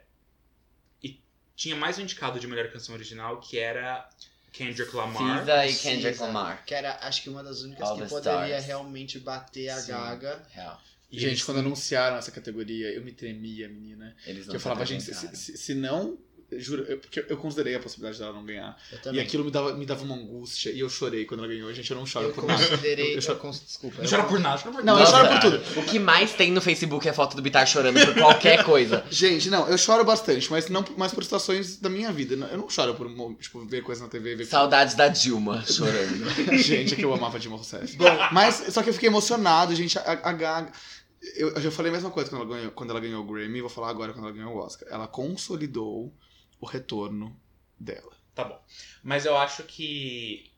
E tinha mais um indicado de melhor canção original, que era Kendrick Lamar. Cisa e Kendrick Cisa. Lamar. Que era, acho que uma das únicas All que the poderia stars. realmente bater a Sim. Gaga. Real. E gente, eles- quando anunciaram essa categoria, eu me tremia, menina. Eles Que não eu falava, se gente, se, apresentaram. se- se não Juro, eu, porque eu considerei a possibilidade dela não ganhar. Eu também. E aquilo me dava, me dava uma angústia. E eu chorei quando ela ganhou. Gente, eu não choro eu por nada. considerei. Eu- eu choro- eu cons- Desculpa. Não eu- chora por nada. chora por Não, eu nada. choro por tudo. O que mais tem no Facebook é foto do Bitar chorando por qualquer coisa. Gente, não, eu choro bastante, mas não por- mas por situações da minha vida. Eu não choro por mo- tipo, ver coisa na TV, ver Saudades da Dilma chorando. Gente, é que eu amava Dilma Rousseff. mas só que eu fiquei emocionado, gente. A, a Gaga. Eu, eu já falei a mesma coisa quando ela ganhou, quando ela ganhou o Grammy, vou falar agora quando ela ganhou o Oscar. Ela consolidou o retorno dela. Tá bom. Mas eu acho que.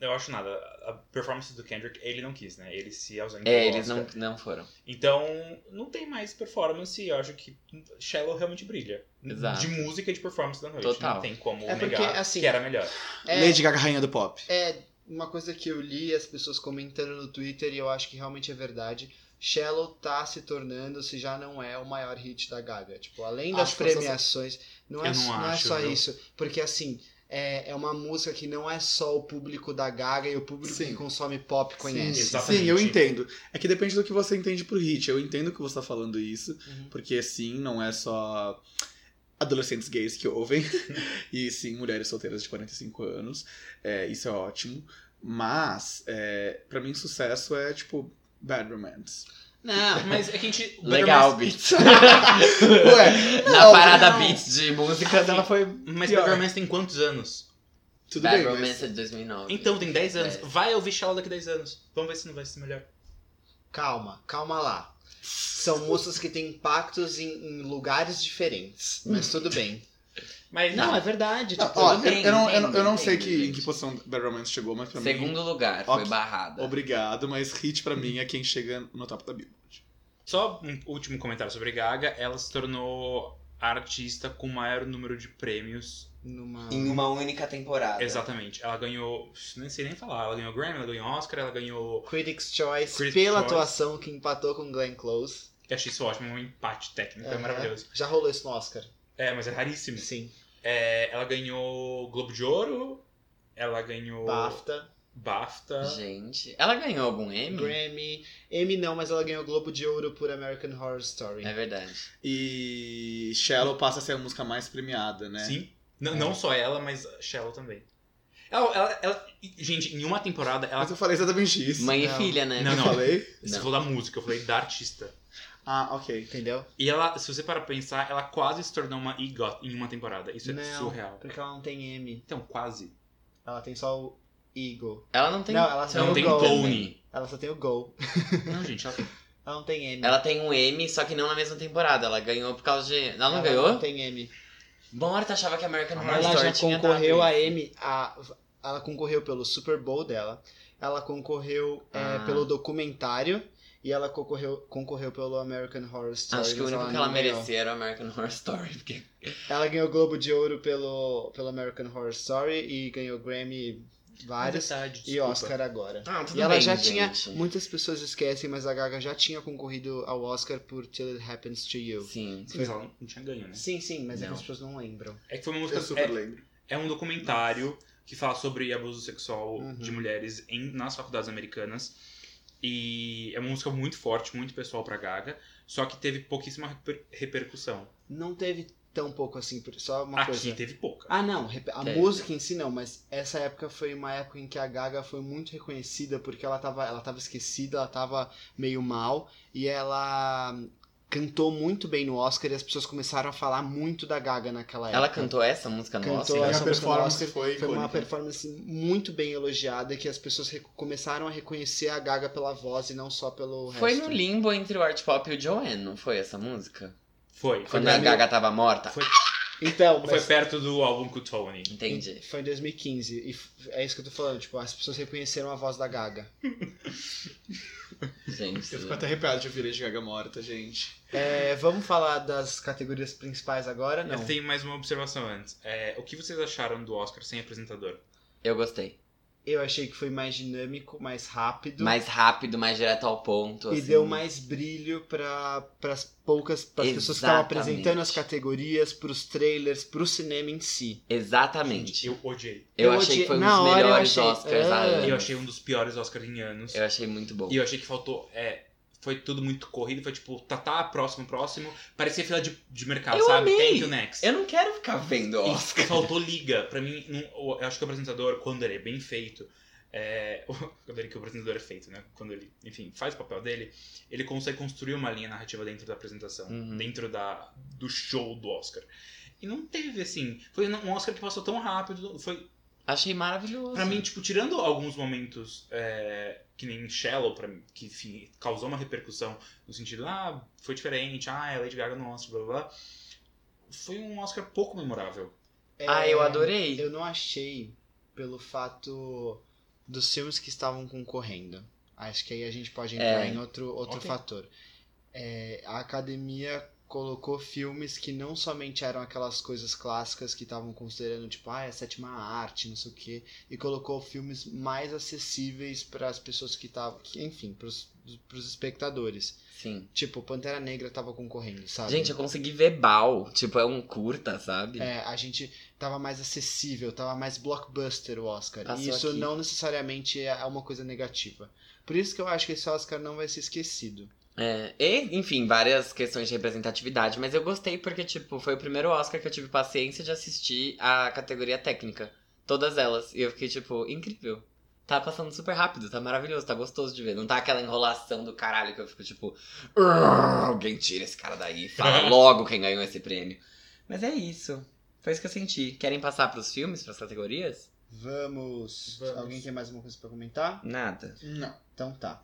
Eu acho nada. A performance do Kendrick, ele não quis, né? Ele se ausentou. É, do eles Oscar. não, não foram. Então, não tem mais performance. Eu acho que Shallow realmente brilha. Exato. De música e de performance da noite. Total. Não tem como É porque, negar assim, que era melhor. É, Lady Gaga, rainha do pop. é uma coisa que eu li as pessoas comentando no Twitter e eu acho que realmente é verdade. Shallow tá se tornando, se já não é, o maior hit da Gaga. Tipo, além das Acho que essas- premiações, não é, Eu não não é acho, só viu? isso. Porque assim, é, é uma música que não é só o público da Gaga e o público Sim. que consome pop conhece. exato. exatamente. Sim, eu entendo. É que depende do que você entende por hit. Eu entendo que você tá falando isso, Uhum. porque sim, não é só adolescentes gays que ouvem, e sim, mulheres solteiras de 45 anos. É, isso é ótimo. Mas, é, para mim, sucesso é tipo Bad Romance. Não, Mas é que a gente. Legal, Better Beats. Ué, Na não, parada não. Beats de músicas, ela foi. Romance- Mas Pior. Better Romance tem quantos anos? Tudo Bad bem, mas- Romance é de 2009. Então, tem 10 anos. É. Vai ouvir Shallow daqui a 10 anos. Vamos ver se não vai ser melhor. calma, calma lá. São músicas que têm impactos em, em lugares diferentes. Mas tudo bem. Mas Não, não, Não, é verdade. Não, tipo, ó, Tudo bem, eu, eu não, eu não- eu não entendo, sei que, em gente. que posição Bad Romance chegou, mas pra mim. Segundo lugar, foi Ok. barrada. Obrigado, mas hit pra mim é quem chega no top da Billboard. Só um último comentário sobre Gaga. Ela se tornou a artista com o maior número de prêmios. numa- um uma única temporada. Exatamente. Ela ganhou. Nem sei nem falar. Ela ganhou Grammy, ela ganhou Oscar, ela ganhou. Critics' Choice Critics' pela Choice. atuação que empatou com Glenn Close. Eu achei isso ótimo, um empate técnico, é Aham. maravilhoso. Já rolou isso no Oscar. É, mas é raríssimo. Sim. É, ela ganhou Globo de Ouro, ela ganhou BAFTA, BAFTA. Gente, ela ganhou algum M? Grammy. Emmy não, mas ela ganhou o Globo de Ouro por American Horror Story. É verdade. E Shallow passa a ser a música mais premiada, né? Sim. Não, É. não só ela, mas Shell também. Ela, ela- ela- gente, em uma temporada, ela. Mas eu falei exatamente isso. Mãe Não. e filha, né? Não, Eu não. falei? Você Não. falou da música, eu falei da artista. Ah, ok. Entendeu? E ela, se você para pra pensar, ela quase se tornou uma EGOT em uma temporada. Isso é Não. surreal. Porque ela não tem M. Então, quase. Ela tem só o Eagle. Ela não tem. né? Não, ela só Não, Não tem gol. Tony. Ela só tem o Go. Não, gente, ela tem. Ela não tem M. Ela tem um M, só que não na mesma temporada. Ela ganhou por causa de. Ela não Ela ganhou? não tem M. Bom, a Horta achava que a American Horror Ela Story já tinha concorreu dado a isso. M. A, ela concorreu pelo Super Bowl dela. Ela concorreu é, Ah. pelo documentário. E ela concorreu, concorreu pelo American Horror Story. Acho que o mas único que ela não ganhou. merecia era o American Horror Story. Porque... Ela ganhou o Globo de Ouro pelo, pelo American Horror Story e ganhou Grammy vários. Verdade, E é desculpa. Oscar agora. Ah, tudo e ela bem, já gente. tinha. Muitas pessoas esquecem, mas a Gaga já tinha concorrido ao Oscar por Till It Happens to You. Sim. Sim, mas ela não tinha ganho, né? Sim, sim, mas é que Não. as pessoas não lembram. É que foi uma música. Eu super é- lembro. É um documentário que fala sobre abuso sexual Uhum. de mulheres em- nas faculdades americanas. E é uma música muito forte, muito pessoal pra Gaga. Só que teve pouquíssima reper- repercussão. Não teve tão pouco assim, por- só uma Aqui coisa. teve pouca. Ah, não, rep- a Teve. música em si não, mas essa época foi uma época em que a Gaga foi muito reconhecida porque ela tava, ela tava esquecida, ela tava meio mal e ela cantou muito bem no Oscar e as pessoas começaram a falar muito da Gaga naquela época. Ela cantou essa música Cantou nossa? então. essa E a música performance nossa foi Foi uma icônica. performance muito bem elogiada que as pessoas rec- começaram a reconhecer a Gaga pela voz e não só pelo Foi resto. no limbo entre o art pop e o Joanne, não foi essa música? Foi. Foi, Quando pra a mim- Gaga tava morta? Foi- Então, foi mas perto do álbum com o Tony. Entendi. Foi em 2015 e f- é isso que eu tô falando, tipo, as pessoas reconheceram a voz da Gaga. Gente. Eu fico até arrepiado de ouvir Lady Gaga morta, gente. É, vamos falar das categorias principais agora? Ah, Não. Eu tenho mais uma observação antes. É, o que vocês acharam do Oscar sem apresentador? Eu gostei. Eu achei que foi mais dinâmico, mais rápido. Mais rápido, mais direto ao ponto. E assim. deu mais brilho para as poucas pras pessoas que estavam Exatamente. apresentando as categorias, pros trailers, pro cinema em si. Exatamente. Eu odiei. eu, eu achei odiei- que foi um na dos hora eu melhores achei- Oscars há é. anos. Eu achei um dos piores Oscars em anos. Eu achei muito bom. E eu achei que faltou. É, foi tudo muito corrido, foi tipo, tá, tá, próximo, próximo. Parecia fila de, de mercado, Eu sabe? amei. Thank you, next. Eu não quero ficar vendo E Oscar. Faltou liga. Pra mim, não- eu acho que o apresentador, quando ele é bem feito, é, quando ele que o apresentador é feito, né? Quando ele, enfim, faz o papel dele, ele consegue construir uma linha narrativa dentro da apresentação, Uhum. dentro da, do show do Oscar. E não teve, assim. Foi um Oscar que passou tão rápido. Foi, Achei maravilhoso. pra mim, tipo, tirando alguns momentos é, que nem Shallow, pra mim, que enfim, causou uma repercussão no sentido, ah, foi diferente, ah, é Lady Gaga no Oscar, blá blá blá. Foi um Oscar pouco memorável. Ah, eu É, adorei. Eu não achei pelo fato dos filmes que estavam concorrendo. Acho que aí a gente pode entrar É. em outro, outro Ok. fator. É, a academia colocou filmes que não somente eram aquelas coisas clássicas que estavam considerando, tipo, ah, é a sétima arte, não sei o quê, e colocou filmes mais acessíveis para as pessoas que estavam, que, enfim, para os espectadores. Sim. Tipo, Pantera Negra tava concorrendo, sabe? Gente, eu consegui ver Bal. Tipo, é um curta, sabe? É, a gente tava mais acessível, tava mais blockbuster o Oscar. Passou e isso aqui. não necessariamente é uma coisa negativa. Por isso que eu acho que esse Oscar não vai ser esquecido. É, e, enfim, várias questões de representatividade, mas eu gostei porque, tipo, foi o primeiro Oscar que eu tive paciência de assistir a categoria técnica. Todas elas. E eu fiquei, tipo, incrível. Tá passando super rápido, tá maravilhoso, tá gostoso de ver. Não tá aquela enrolação do caralho que eu fico, tipo, "Urgh, alguém tira esse cara daí, fala logo quem ganhou esse prêmio. Mas é isso. Foi isso que eu senti. Querem passar pros filmes, pras categorias? Vamos. Vamos. Alguém tem mais alguma coisa pra comentar? Nada. Não. Então tá.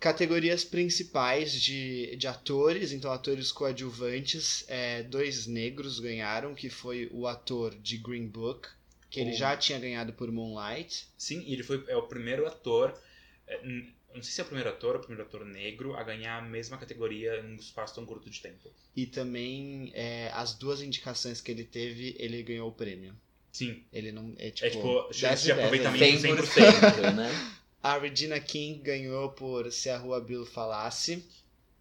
Categorias principais de, de atores, então atores coadjuvantes, é, dois negros ganharam, que foi o ator de Green Book, que ele O- já tinha ganhado por Moonlight. Sim, e ele foi é o primeiro ator. é, n- Não sei se é o primeiro ator ou o primeiro ator negro a ganhar a mesma categoria em um espaço tão curto de tempo. E também é, as duas indicações que ele teve, ele ganhou o prêmio. Sim, Ele não. É tipo. é tipo, chance 10 de e 10, aproveitamento 100%. 100%, né? assim. A Regina King ganhou por Se a Rua Bill Falasse.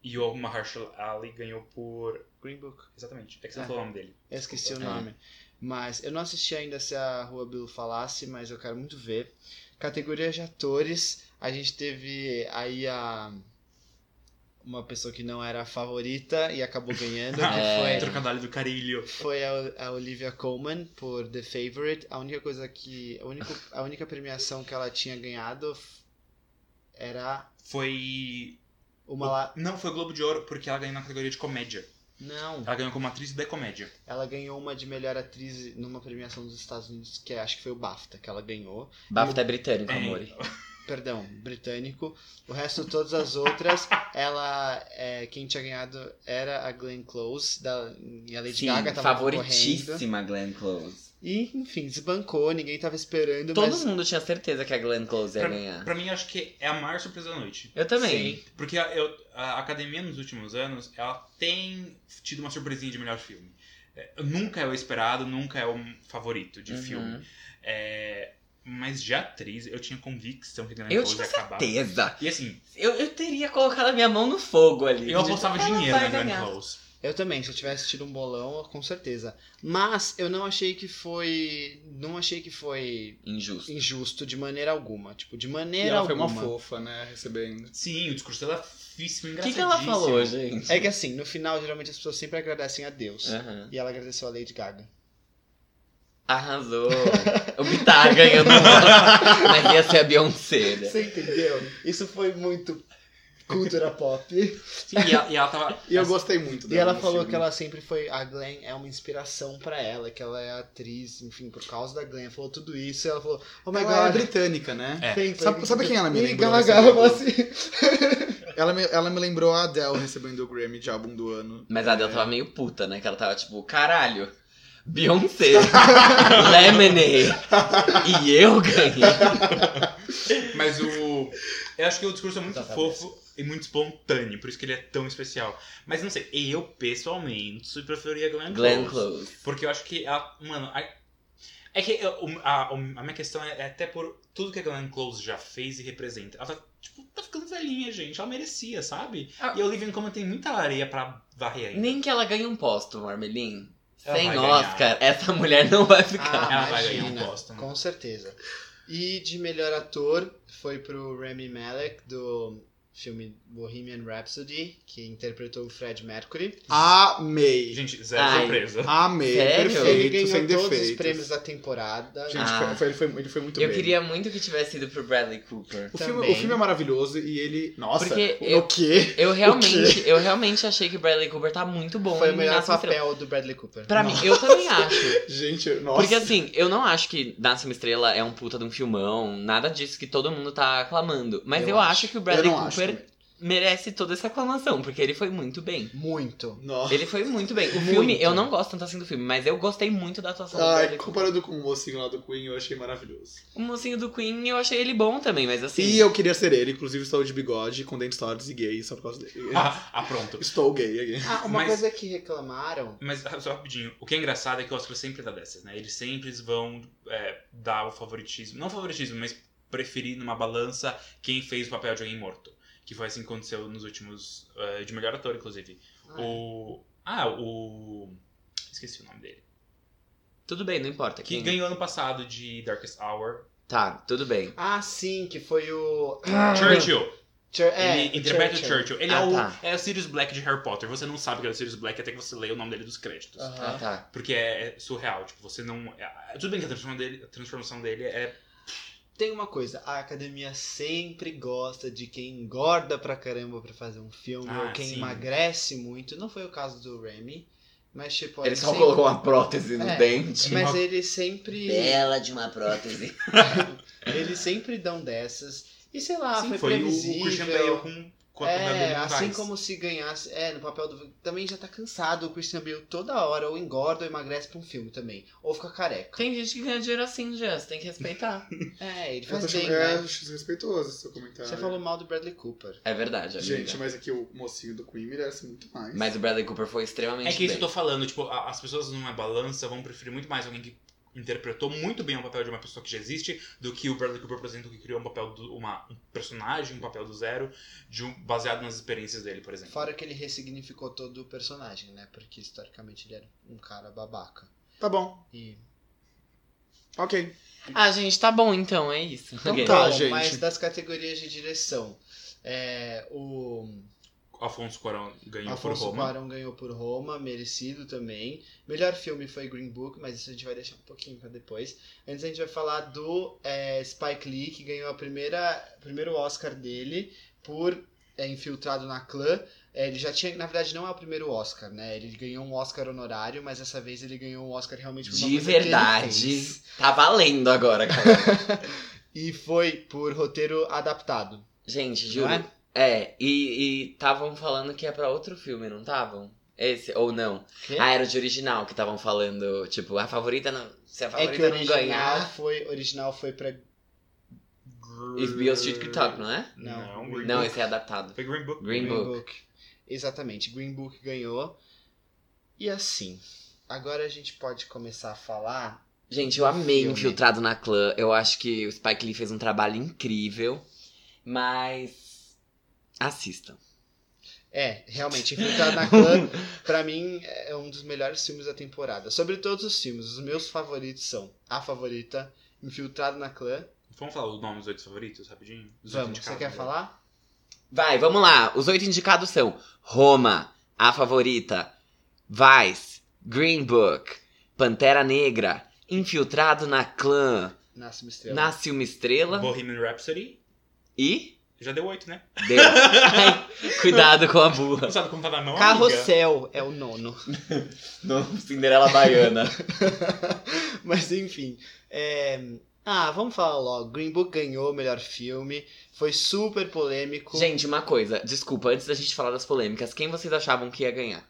E o Mahershala Ali ganhou por. Green Book. Exatamente, é que você Ah. não falou o nome dele. Eu esqueci o É. nome. Mas eu não assisti ainda Se a Rua Bill Falasse, mas eu quero muito ver. Categoria de atores. A gente teve aí a. Uma pessoa que não era a favorita e acabou ganhando, que É. foi. Trocadalho do carilho. Foi a, a Olivia Colman por The Favorite. A única coisa que. A única, a única premiação que ela tinha ganhado f- era Foi. uma lá. Não, foi o Globo de Ouro, porque ela ganhou na categoria de comédia. Não. Ela ganhou como atriz de comédia. Ela ganhou uma de melhor atriz numa premiação dos Estados Unidos, que acho que foi o BAFTA, que ela ganhou. Bafta é britânico, É. amor. Perdão, britânico. O resto, todas as outras, ela. é, quem tinha ganhado era a Glenn Close, da, e a Lady Sim, Gaga tava concorrendo. favoritíssima Glenn Close. E, enfim, desbancou, ninguém tava esperando, Todo mas. mundo tinha certeza que a Glenn Close ia ganhar. Pra mim, acho que é a maior surpresa da noite. Eu também. Sim. Porque a, eu- a academia nos últimos anos, ela tem tido uma surpresinha de melhor filme. É, nunca é o esperado, nunca é o favorito de Uhum. filme. É, mas de atriz, eu tinha convicção que Glenn Eu Close tinha ia acabar. certeza. E assim, Eu, eu teria colocado a minha mão no fogo ali. eu apostava Ela dinheiro na vai Glenn ganhar. Close. Eu também, se eu tivesse tido um bolão, com certeza. Mas eu não achei que foi. Não achei que foi Injusto. injusto de maneira alguma. Tipo, de E maneira ela foi alguma. uma fofa, né? Recebendo. Sim, o discurso dela é físsimo, O que, que engraçadíssimo. ela falou, gente? É que assim, no final, geralmente as pessoas sempre agradecem a É. Deus. Aham. E ela agradeceu a Lady Gaga. Arrasou. o Bitar ganhando. Mas ia ser a Beyoncé. né? Você entendeu? Isso foi muito cultura pop. E Sim, e ela, e ela tava... E eu gostei muito dela. ela no falou filme. que ela sempre foi. A Glenn é uma inspiração pra ela, que ela é atriz, enfim, por causa da Glenn. Ela falou tudo isso e ela falou: Oh my Ela é god. britânica, né? É. sempre- Sabe- sabe quem ela me E lembrou Gaga, dessa época? assim. Ela me, ela me lembrou a Adele recebendo o Grammy de álbum do ano. Mas a Adele tava meio puta, né? Que ela tava tipo, caralho. Beyoncé, Lemonade e eu ganhei. Mas o... Eu acho que o discurso é muito Tá, tá, fofo e muito espontâneo, por isso que ele é tão especial. Mas não sei, eu pessoalmente preferia Glenn, Glenn Close. Close. Porque eu acho que ela... Mano, a- é que eu- o- a, o- a minha questão é, é até por tudo que a Glenn Close já fez e representa. Ela tá, tipo, tá ficando velhinha, gente. Ela merecia, sabe? Ah. E a Olivia Colman tem muita areia pra varrer ainda. Nem que ela ganhe um póstumo, Armelin. Ela Sem vai Oscar, essa mulher não vai Ah, ficar. Ela vai ganhar um imagina. Boston. Com certeza. E de melhor ator foi pro Rami Malek do filme Bohemian Rhapsody, que interpretou o Fred Mercury. Amei. Gente, zero Ai. surpresa. Amei. Sério? Ele Perfeito, sem ganhou todos os defeitos. prêmios da temporada. Gente, Ah. foi- foi- ele, foi, ele foi muito Eu bem. queria muito que tivesse ido pro Bradley Cooper. O filme, o também. filme é maravilhoso e ele. Nossa, Porque o- eu- o quê? Eu realmente, eu realmente achei que o Bradley Cooper tá muito bom Foi o melhor nas papel do Bradley Cooper. Pra mim, eu também acho. Gente, eu- nossa. Porque assim, eu não acho que Nasce uma Estrela é um puta de um filmão, nada disso que todo mundo tá aclamando. Mas Eu eu, acho. acho. que o Bradley Eu não acho Cooper também. merece toda essa aclamação, porque ele foi muito bem. Muito. Nossa. Ele foi muito bem. O Muito. filme, eu não gosto tanto assim do filme, mas eu gostei muito da atuação do Ai, Bradley Cooper. comparando com o mocinho lá do Queen, eu achei maravilhoso. O mocinho do Queen, eu achei ele bom também, mas assim. E eu queria ser ele, inclusive estou de bigode, com dentes tortos e gay, só por causa dele. Ah, ah, pronto. Estou gay aqui. Ah, uma Mas- coisa que reclamaram. Mas ah, só rapidinho, o que é engraçado é que o Oscar sempre dá dessas, né? Eles sempre vão é, dar o favoritismo, não favoritismo, mas preferir numa balança quem fez o papel de alguém morto. Que foi assim que aconteceu nos últimos. eh, de melhor ator, inclusive. Ah, O. Ah, o. Esqueci o nome dele. Tudo bem, não importa. Que Quem... ganhou ano passado de Darkest Hour. Tá, tudo bem. Ah, sim, que foi o. Churchill! Chur- Ah, é, ele interpreta o Churchill. Ele Ah, é, o, tá. é o Sirius Black de Harry Potter. Você não sabe que é o Sirius Black até que você lê o nome dele dos créditos. Ah, Aham. tá. Porque é é surreal. Tipo, você não. é- tudo bem que a transformação dele, a transformação dele é. Tem uma coisa, a academia sempre gosta de quem engorda pra caramba pra fazer um filme, Ah, ou quem sim. emagrece muito. Não foi o caso do Remy, mas tipo. Ele só sempre- colocou uma prótese no É, dente. Mas uma- eles sempre. Bela de uma prótese. Eles sempre dão dessas. E sei lá, Sim, foi, foi o previsível. Christian Bale com, com a com a é, Gabi assim Moraes. como se ganhasse. É, no papel do. Também já tá cansado o Christian Bale toda hora, ou engorda ou emagrece pra um filme também. Ou fica careca. Tem gente que ganha dinheiro assim, Jess, tem que respeitar. É, ele Eu tô faz bem, achando- é, né? acho desrespeitoso esse seu comentário. Você falou mal do Bradley Cooper. É verdade, amiga. Gente, mas aqui o mocinho do Queen merece muito mais. Mas o Bradley Cooper foi extremamente É que isso bem. eu tô falando, tipo, a- as pessoas numa balança vão preferir muito mais alguém que interpretou muito bem o papel de uma pessoa que já existe do que o Bradley Cooper, por exemplo, que criou um papel do, uma, um personagem, um papel do zero, de um- baseado nas experiências dele, por exemplo. Fora que ele ressignificou todo o personagem, né? Porque historicamente ele era um cara babaca. Tá bom, E... ok. Ah, gente, tá bom então, é isso. Então Ok. tá, Bom, gente. mas das categorias de direção. É, o Afonso Cuarón ganhou por Alfonso Roma. Cuarón ganhou por Roma, merecido também. Melhor filme foi Green Book, mas isso a gente vai deixar um pouquinho pra depois. Antes a gente vai falar do é, Spike Lee, que ganhou a primeira primeiro Oscar dele por é, Infiltrado na Clã. É, ele já tinha, na verdade, não é o primeiro Oscar, né? Ele ganhou um Oscar honorário, mas dessa vez ele ganhou um Oscar realmente por uma De coisa que ele fez. verdade. Tá valendo agora, cara. E foi por roteiro adaptado. gente, Não juro. é? É, e estavam falando que é pra outro filme, não estavam? Esse, ou não? Quê? Ah, era de original que estavam falando, tipo, a favorita não. Se a É favorita que o não original ganhar. foi, original foi pra It's Street TikTok, não é? Não, Não, Green Não, Book. esse é adaptado. Foi Green Book. Green Book. Exatamente, Green Book ganhou. E assim, agora a gente pode começar a falar. Gente, eu amei Filme. Infiltrado na Clã. Eu acho que o Spike Lee fez um trabalho incrível. Mas. Assistam. É, realmente, Infiltrado na Clã, pra mim, é um dos melhores filmes da temporada. Sobre todos os filmes, os meus favoritos são A Favorita, Infiltrado na Clã. Vamos falar os nomes dos oito favoritos, rapidinho? Dos oito Vamos, você indicados, quer né? falar? Vai, vamos lá. Os oito indicados são Roma, A Favorita, Vice, Green Book, Pantera Negra, Infiltrado na Clã, Nasce uma estrela. Nasce uma Estrela Bohemian Rhapsody. e. Já deu oito, né? Deus. Cuidado com a burra. Sabe como tá na mão, amiga? Carrossel é o nono. No Cinderela Baiana. Mas enfim. é, Ah, vamos falar logo. Green Book ganhou o melhor filme. Foi super polêmico. Gente, uma coisa. Desculpa, antes da gente falar das polêmicas, quem vocês achavam que ia ganhar?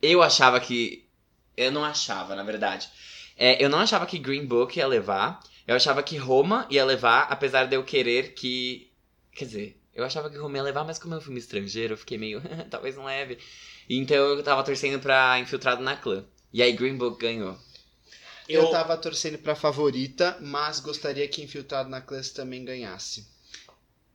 Eu achava que. Eu não achava, na verdade. É, eu não achava que Green Book ia levar. Eu achava que Roma ia levar, apesar de eu querer que. Quer dizer, eu achava que Roma ia levar, mas como é um filme estrangeiro, eu fiquei meio. talvez não leve. Então eu tava torcendo pra Infiltrado na Clã. E aí Green Book ganhou. Eu... Eu, tava torcendo pra favorita, mas gostaria que Infiltrado na Classe também ganhasse.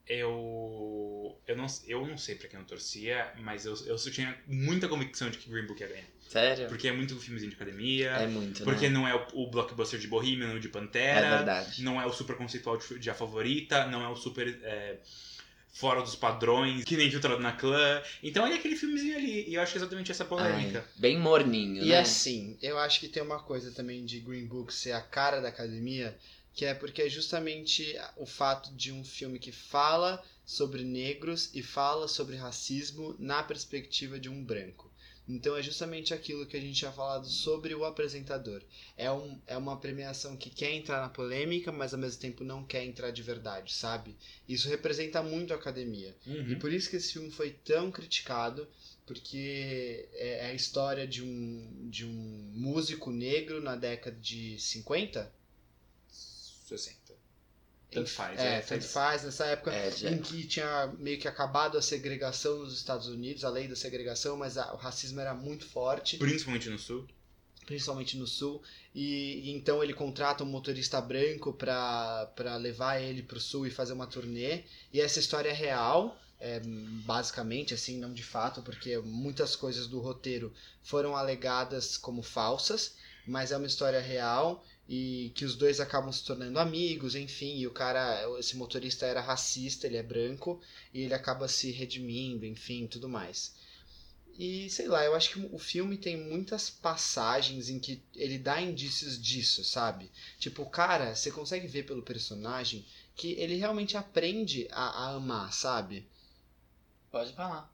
eu. Eu não, eu não sei pra quem eu torcia, mas eu, eu só tinha muita convicção de que Green Book ia ganhar. Sério? Porque é muito filmezinho de academia. É muito, Porque né? não é o, o blockbuster de Bohemian ou de Pantera. É verdade. Não é o super conceitual de, de A Favorita, não é o super é, fora dos padrões, que nem Filtrado na Clã. Então é aquele filmezinho ali, e eu acho que é exatamente essa polêmica. Ai, bem morninho, E né? assim, eu acho que tem uma coisa também de Green Book ser a cara da academia, que é porque é justamente o fato de um filme que fala sobre negros e fala sobre racismo na perspectiva de um branco. Então é justamente aquilo que a gente tinha falado sobre o apresentador. É, um, é uma premiação que quer entrar na polêmica, mas ao mesmo tempo não quer entrar de verdade, sabe? Isso representa muito a academia. E Uhum. por isso que esse filme foi tão criticado, porque é é a história de um, de um músico negro na década de 50. 60. Tanto faz, é, é, tanto faz- faz nessa época É, já. em que tinha meio que acabado a segregação nos Estados Unidos, a lei da segregação, mas a- o racismo era muito forte, Principalmente no sul. principalmente no sul. E, e então ele contrata um motorista branco para levar ele pro sul e fazer uma turnê. E essa história é real, é, basicamente, assim, não de fato, porque muitas coisas do roteiro foram alegadas como falsas, mas é uma história real e que os dois acabam se tornando amigos, enfim, e o cara, esse motorista era racista, ele é branco, e ele acaba se redimindo, enfim, tudo mais. E sei lá, eu acho que o filme tem muitas passagens em que ele dá indícios disso, sabe? Tipo, cara, você consegue ver pelo personagem que ele realmente aprende a, a amar, sabe? Pode falar.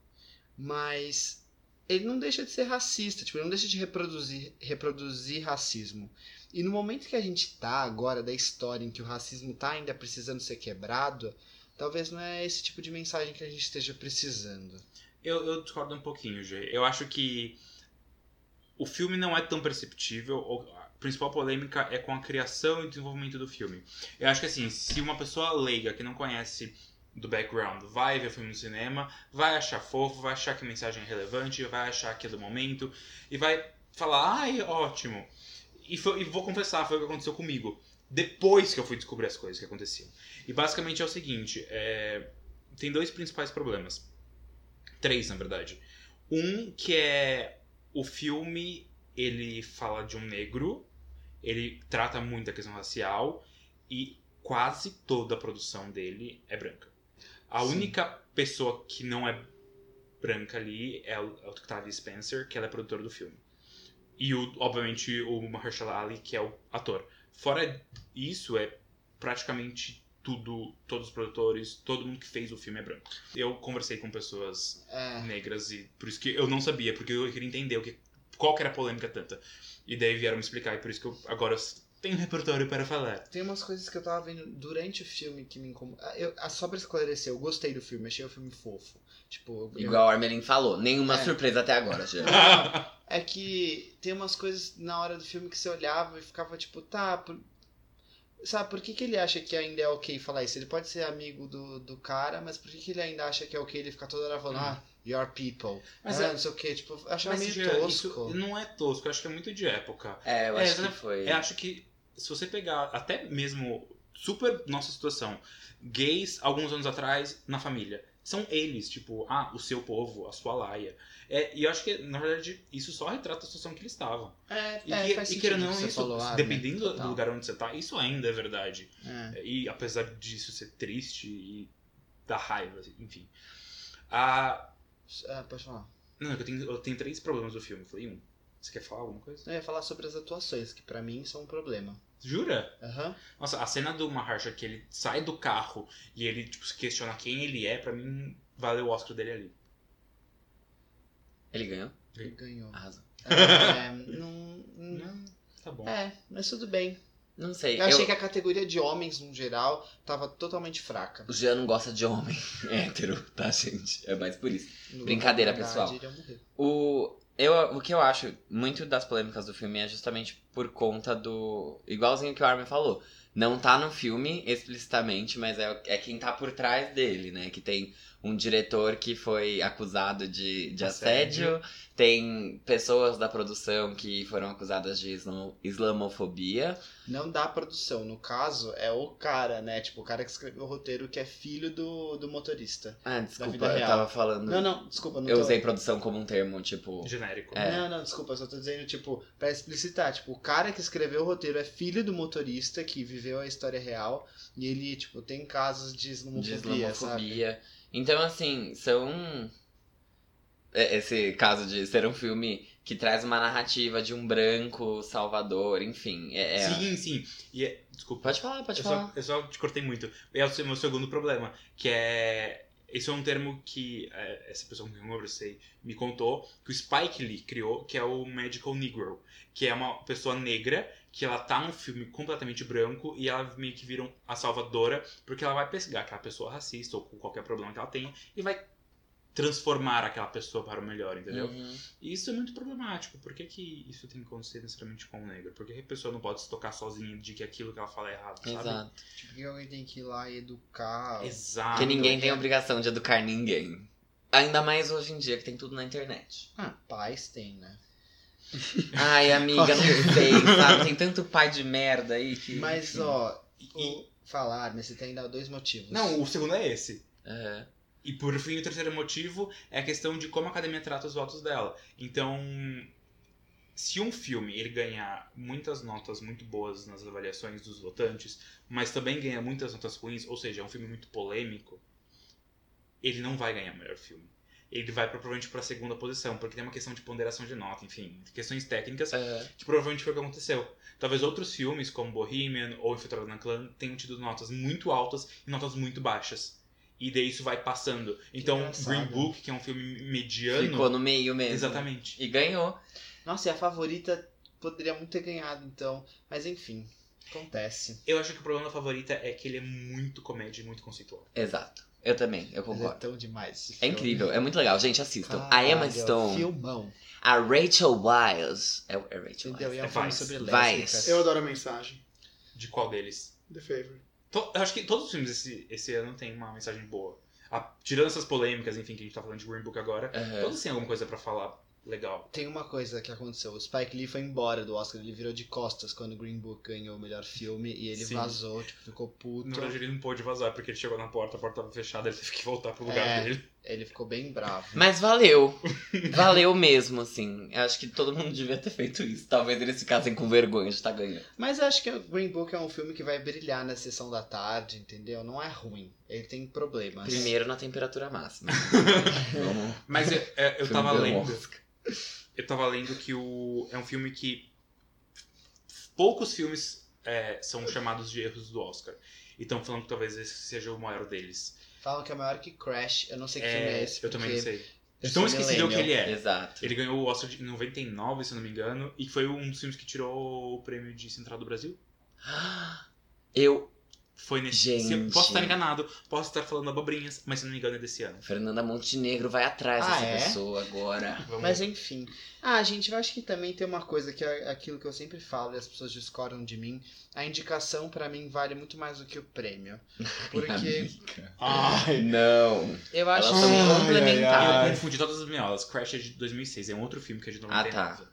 Mas ele não deixa de ser racista, tipo, ele não deixa de reproduzir, reproduzir racismo. E no momento que a gente tá agora da história em que o racismo tá ainda precisando ser quebrado, talvez não é esse tipo de mensagem que a gente esteja precisando. Eu, eu discordo um pouquinho, Gê. Eu acho que o filme não é tão perceptível. ou- A principal polêmica é com a criação e desenvolvimento do filme. Eu acho que, assim, se uma pessoa leiga que não conhece do background vai ver o filme no cinema, vai achar fofo, vai achar que a mensagem é relevante, vai achar aquele momento e vai falar, ai, ótimo. E, foi- e vou confessar, foi o que aconteceu comigo. Depois que eu fui descobrir as coisas que aconteciam. E basicamente é o seguinte: é, tem dois principais problemas. Três, na verdade. Um que é o filme, ele fala de um negro, ele trata muito a questão racial e quase toda a produção dele é branca. A Sim. única pessoa que não é branca ali é o é o Octavia Spencer, que ela é produtora do filme. E, o, obviamente, o Mahershala Ali, que é o ator. Fora isso, é praticamente tudo, todos os produtores, todo mundo que fez o filme é branco. Eu conversei com pessoas É, negras e por isso que eu não sabia, porque eu queria entender o que, qual que era a polêmica tanta. E daí vieram me explicar, e por isso que eu agora s- tenho um repertório para falar. tem umas coisas que eu tava vendo durante o filme que me incomodam. Eu, ah, só pra esclarecer, eu gostei do filme, achei o filme fofo. Tipo, eu- Igual a Armelin falou, nenhuma É. surpresa até agora, já. É que tem umas coisas na hora do filme que você olhava e ficava tipo, tá. Por... Sabe, por que, que ele acha que ainda é ok falar isso? Ele pode ser amigo do, do cara, mas por que, que ele ainda acha que é ok ele ficar toda hora falando, ah, your people? Mas ah, é- não sei o que, tipo, eu achava Mas, meio Jean, tosco. isso não é tosco, eu acho que é muito de época. É, eu É, acho né? que foi. Eu acho que se você pegar até mesmo super nossa situação, gays alguns anos atrás na família, são eles, tipo, ah, o seu povo, a sua laia. É, e eu acho que, na verdade, isso só retrata a situação que eles estavam. É, E, é, que- faz e sentido querendo o ou que não, você isso, falou, ah, né? dependendo do Total. lugar onde você tá, isso ainda é verdade. É. E apesar disso ser triste e dar raiva, assim, enfim. Ah, Ah, pode falar. não, é eu tenho, eu tenho três problemas do filme. Falei um. Você quer falar alguma coisa? Eu ia falar sobre as atuações, que pra mim são um problema. Jura? Aham. Nossa, a cena do Maharsha que ele sai do carro e ele tipo, se questiona quem ele é, pra mim valeu o Oscar dele ali. Ele ganhou? Ele Ganhou. Arrasou. É, não, não. Tá bom. É, mas tudo bem. Não sei. Eu achei que a categoria de homens, no geral, tava totalmente fraca. O Jean não gosta de homem hétero, tá, gente? É mais por isso. Brincadeira, Na pessoal. ele ia morrer. O, eu, o que eu acho muito das polêmicas do filme é justamente por conta do. Igualzinho que o Armin falou. Não tá no filme explicitamente, mas é, é quem tá por trás dele, né? Que tem um diretor que foi acusado de, de Assédio. assédio, Tem pessoas da produção que foram acusadas de islam- islamofobia. Não dá produção. No caso, é o cara, né? Tipo, o cara que escreveu o roteiro que é filho do, do motorista. Ah, desculpa, vida eu real. tava falando. Não, não, desculpa, não Hum. eu tô- usei produção como um termo, tipo. Genérico. né? É. Não, não, desculpa, eu só tô dizendo, tipo, pra explicitar, tipo, o cara que escreveu o roteiro é filho do motorista que viveu a história real e ele, tipo, tem casos de de islamofobia, sabe? islamofobia. Então, assim, são. é, Esse caso de ser um filme que traz uma narrativa de um branco salvador, enfim. É, é- Sim, sim. E é... Desculpa. Pode falar, pode eu, falar. só, eu só te cortei muito. E é o seu- meu segundo problema, que é. Esse é um termo que é, essa pessoa que eu conversei me contou, que o Spike Lee criou, que é o Medical Negro, que é uma pessoa negra, que ela tá num filme completamente branco e ela meio que vira um- a salvadora, porque ela vai pescar aquela pessoa racista ou com qualquer problema que ela tenha e vai transformar aquela pessoa para o melhor, entendeu? Uhum. E isso é muito problemático. Por que, que isso tem que acontecer necessariamente com o negro? Por que que a pessoa não pode se tocar sozinha de que aquilo que ela fala é errado, sabe? Exato. Tipo, que alguém tem que ir lá e educar. Exato. Porque ninguém tem é. obrigação de educar ninguém. Ainda mais hoje em dia que tem tudo na internet. Ah, pais tem, né? Ai, amiga, não Ok. sei, sabe? Tem tanto pai de merda aí que. Mas, enfim. ó, E- o... falar, mas você tem ainda dois motivos. Não, o segundo é esse. Aham. E por fim, o terceiro motivo é a questão de como a academia trata os votos dela. Então, se um filme ele ganhar muitas notas muito boas nas avaliações dos votantes, mas também ganha muitas notas ruins, ou seja, é um filme muito polêmico, ele não vai ganhar o melhor filme. Ele vai pra- provavelmente para segunda posição, porque tem uma questão de ponderação de nota, enfim, questões técnicas aham. que provavelmente foi o que aconteceu. Talvez outros filmes, como Bohemian ou Infiltrado na Clã, tenham tido notas muito altas e notas muito baixas. E daí isso vai passando. Então, engraçado. Green Book, que é um filme mediano. Ficou no meio mesmo. Exatamente. E ganhou. Nossa, e a favorita poderia muito ter ganhado, então. Mas enfim, acontece. Eu acho que o problema da favorita é que ele é muito comédia e muito conceitual. Exato. Eu também, Mas eu concordo. é tão demais. esse É filme. incrível, é muito legal. Gente, assistam. a Caralho, Emma Stone, Filmão. a Rachel Wiles. É, é Rachel Entendeu? E Wiles. é um É filme Vice. sobre Vice. lésbicas. Eu adoro a mensagem. De qual deles? The Favorite. To- eu acho que todos os filmes esse, esse ano têm uma mensagem boa. A- tirando essas polêmicas, enfim, que a gente tá falando de Green Book agora, Aham. todos têm alguma coisa pra falar legal. Tem uma coisa que aconteceu. O Spike Lee foi embora do Oscar. Ele virou de costas quando o Green Book ganhou o melhor filme. E ele Sim. vazou, tipo, ficou puto. Na verdade, ele não pôde vazar, porque ele chegou na porta, a porta tava fechada, ele teve que voltar pro lugar É. dele. Ele ficou bem bravo. Mas valeu. Valeu mesmo, assim. Eu acho que todo mundo devia ter feito isso. Talvez eles ficassem com vergonha de estar ganhando. Mas eu acho que o Green Book é um filme que vai brilhar na sessão da tarde, entendeu? Não é ruim. Ele tem problemas. Primeiro na temperatura máxima. Vamos. Mas eu, é, eu Filme tava do lendo. Oscar. Eu tava lendo que o. É um filme que. Poucos filmes é, são chamados de erros do Oscar. E estão falando que talvez esse seja o maior deles. Falam que é maior que Crash. Eu não sei que É, filme é esse. eu também não porque sei. eu De tão sou esquecível que millennial. ele é. Exato. Ele ganhou o Oscar de- em 99, se eu não me engano, e foi um dos filmes que tirou o prêmio de Central do Brasil. Eu, Foi nesse. Gente. se eu- Posso estar enganado, posso estar falando abobrinhas, mas se eu não me engano é desse ano. Fernanda Montenegro, vai atrás Ah, dessa é? pessoa agora. Vamos- Mas enfim. Ah, gente, eu acho que também tem uma coisa que é aquilo que eu sempre falo e as pessoas discordam de mim. A indicação pra mim vale muito mais do que o prêmio. Porque Amiga. Ai, Não. eu Elas acho são que. é Ai, ai, complementares. ai. Ah, Eu confundi todas as minholas. Crash é de 2006, é um outro filme que é de Ah, tá. 99.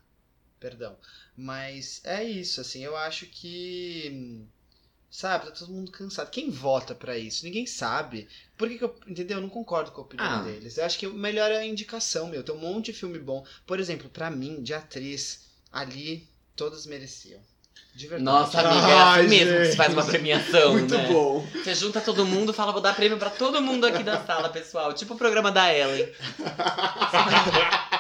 Perdão. Mas é isso, assim, eu acho que. Sabe, tá todo mundo cansado. Quem vota pra isso? Ninguém sabe. Por que, que eu. Entendeu? Eu não concordo com a opinião Ah. deles. Eu acho que o melhor é a indicação, meu. Tem um monte de filme bom. Por exemplo, pra mim, de atriz, ali, todas mereciam. De verdade. Nossa, amiga, é Ai, assim mesmo que se gente. faz uma premiação, muito né? bom. Você junta todo mundo, fala, vou dar prêmio pra todo mundo aqui da sala, pessoal. Tipo o programa da Ellen.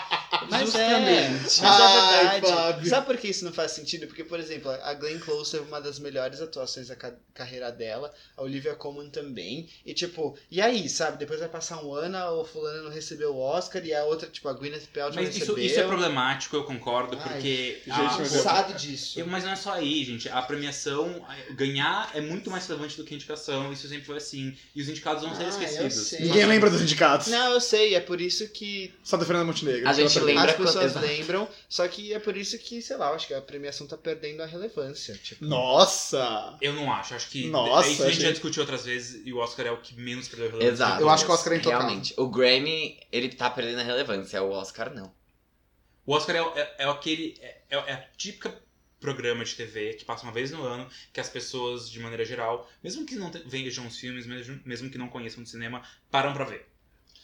Mas é, Justamente. mas é Ai, verdade. Fábio. Sabe por que isso não faz sentido? Porque, por exemplo, a Glenn Close teve uma das melhores atuações da ca- carreira dela, a Olivia Colman também. E tipo, e aí, sabe? Depois vai passar um ano, a fulana não recebeu o Oscar e a outra, tipo, a Gwyneth Paltrow Mas recebeu. isso, isso é problemático, eu concordo, Ai, porque. gente, a- mas Cansado disso. né? Eu- mas não é só aí, gente. A premiação, a- ganhar é muito mais relevante do que a indicação. Isso sempre foi assim. E os indicados vão ser Ah, eu esquecidos. assim, sei. Ninguém lembra dos indicados. Não, eu sei, é por isso que Só da Fernanda Montenegro. A gente Ela- lembra as pessoas quando- lembram, só que é por isso que, sei lá, eu acho que a premiação tá perdendo a relevância. Tipo, Nossa! Eu não acho. Acho que Nossa, é isso que a gente já gente. discutiu outras vezes e o Oscar é o que menos perdeu relevância. Exato. Eu acho que o Oscar é intocável. Realmente, o Grammy, ele tá perdendo a relevância, o Oscar não. O Oscar é, o- é, é aquele. É, é a típica programa de TV que passa uma vez no ano, que as pessoas, de maneira geral, mesmo que não te- vejam os filmes, mesmo, mesmo que não conheçam de cinema, param pra ver.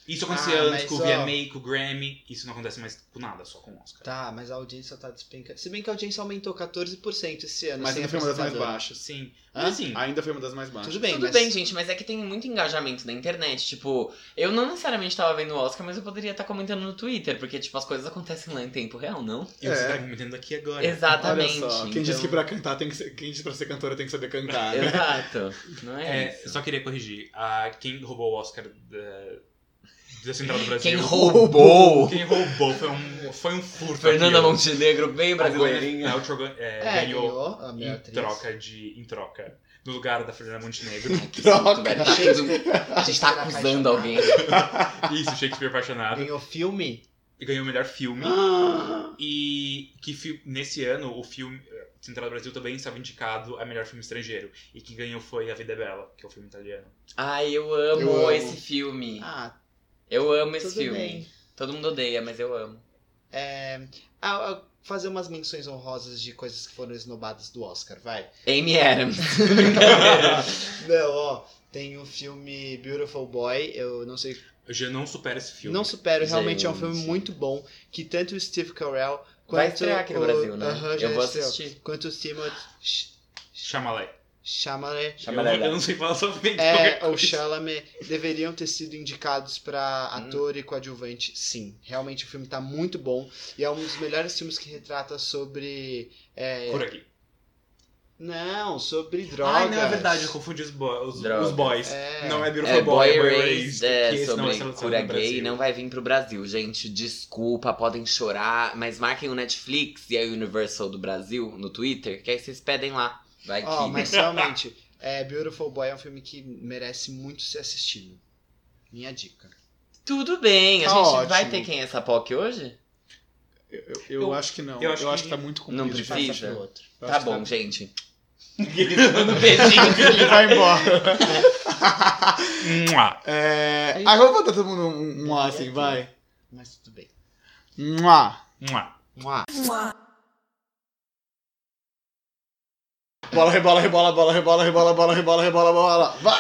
Isso acontecia Ah, antes mas, com o ó- VMA, com o Grammy, isso não acontece mais com nada, só com o Oscar. Tá, mas a audiência tá despencando. Se bem que a audiência aumentou 14% esse ano. Mas sem ainda foi uma das mais apresentador. baixas. Sim. Hã? Mas assim, Ainda foi uma das mais baixas. Tudo bem, Tudo mas... bem, gente, mas é que tem muito engajamento na internet. Tipo, eu não necessariamente tava vendo o Oscar, mas eu poderia estar comentando no Twitter, porque, tipo, as coisas acontecem lá em tempo real, não? eu É. você tá comentando aqui agora. Olha Exatamente. só, quem então- diz que pra cantar tem que ser, quem diz pra ser cantora tem que saber cantar, né? Exato. Não é, É, isso. só queria corrigir. Ah, quem roubou o Oscar da, da Central do Brasil? Quem roubou? Quem roubou foi um, foi um furto. Fernanda aqui, ó. Montenegro, bem Mas ela- brasileirinha. ela jogou- é, É, ganhou ganhou a melhor em atriz. troca de. em troca. No lugar da Fernanda Montenegro. Troca. Tá tudo- A gente tá acusando alguém. Isso, Shakespeare né? apaixonado. Ganhou filme? E ganhou o melhor filme. E que fi- nesse ano o filme. eh, Central do Brasil também estava indicado a melhor filme estrangeiro. E quem ganhou foi A Vida é Bela, que é o filme italiano. Ai, eu amo, Eu amo. esse filme. Ah, Eu amo esse tudo filme. bem. Todo mundo odeia, mas eu amo. É, ah, ah, fazer umas menções honrosas de coisas que foram esnobadas do Oscar, vai. Amy Adams. Não, ó, tem o filme Beautiful Boy, eu não sei Eu já não supero esse filme. Não supero, realmente é um Gente. filme muito bom, que tanto o Steve Carell quanto Vai estrear aqui no o- Brasil, né? Aham, já eu vou estreou. assistir. Quanto o Timothée Chamalé. Chalamet Eu, não- né? eu não sei falar sobre ele. é, ou Chalamet deveriam ter sido indicados pra Hum. ator e coadjuvante, sim. Realmente o filme tá muito bom e é um dos melhores filmes que retrata sobre é, Por aqui. não, sobre drogas. Ai, não, é verdade, eu confundi os, bo- os- os Drogas. boys. É. Não é Beautiful É, Boy, Boy é Boy Raised, Raised. que é, esse não vai sobre ser lançado cura no gay, né? Brasil. não vai vir pro Brasil, gente. Desculpa, podem chorar, mas marquem o Netflix e a Universal do Brasil no Twitter, que aí vocês pedem lá. Vai que. Ó, mas realmente, é, Beautiful Boy é um filme que merece muito ser assistido. Minha dica. Tudo bem, a Tá gente ótimo. vai ter quem é essa POC hoje? Eu, eu- eu Eu- acho que não. eu acho que- tá muito comprido. Não Eu acho precisa. que eu Tá acho que bom, gente. Ele dando um Ele vai embora. beijinho. É, agora eu vou dar todo mundo um, um A, assim, vai. Mas tudo bem. Um A. Mua. Bola, rebola, rebola, bola, rebola, rebola, bola, rebola, rebola, bola. Vai!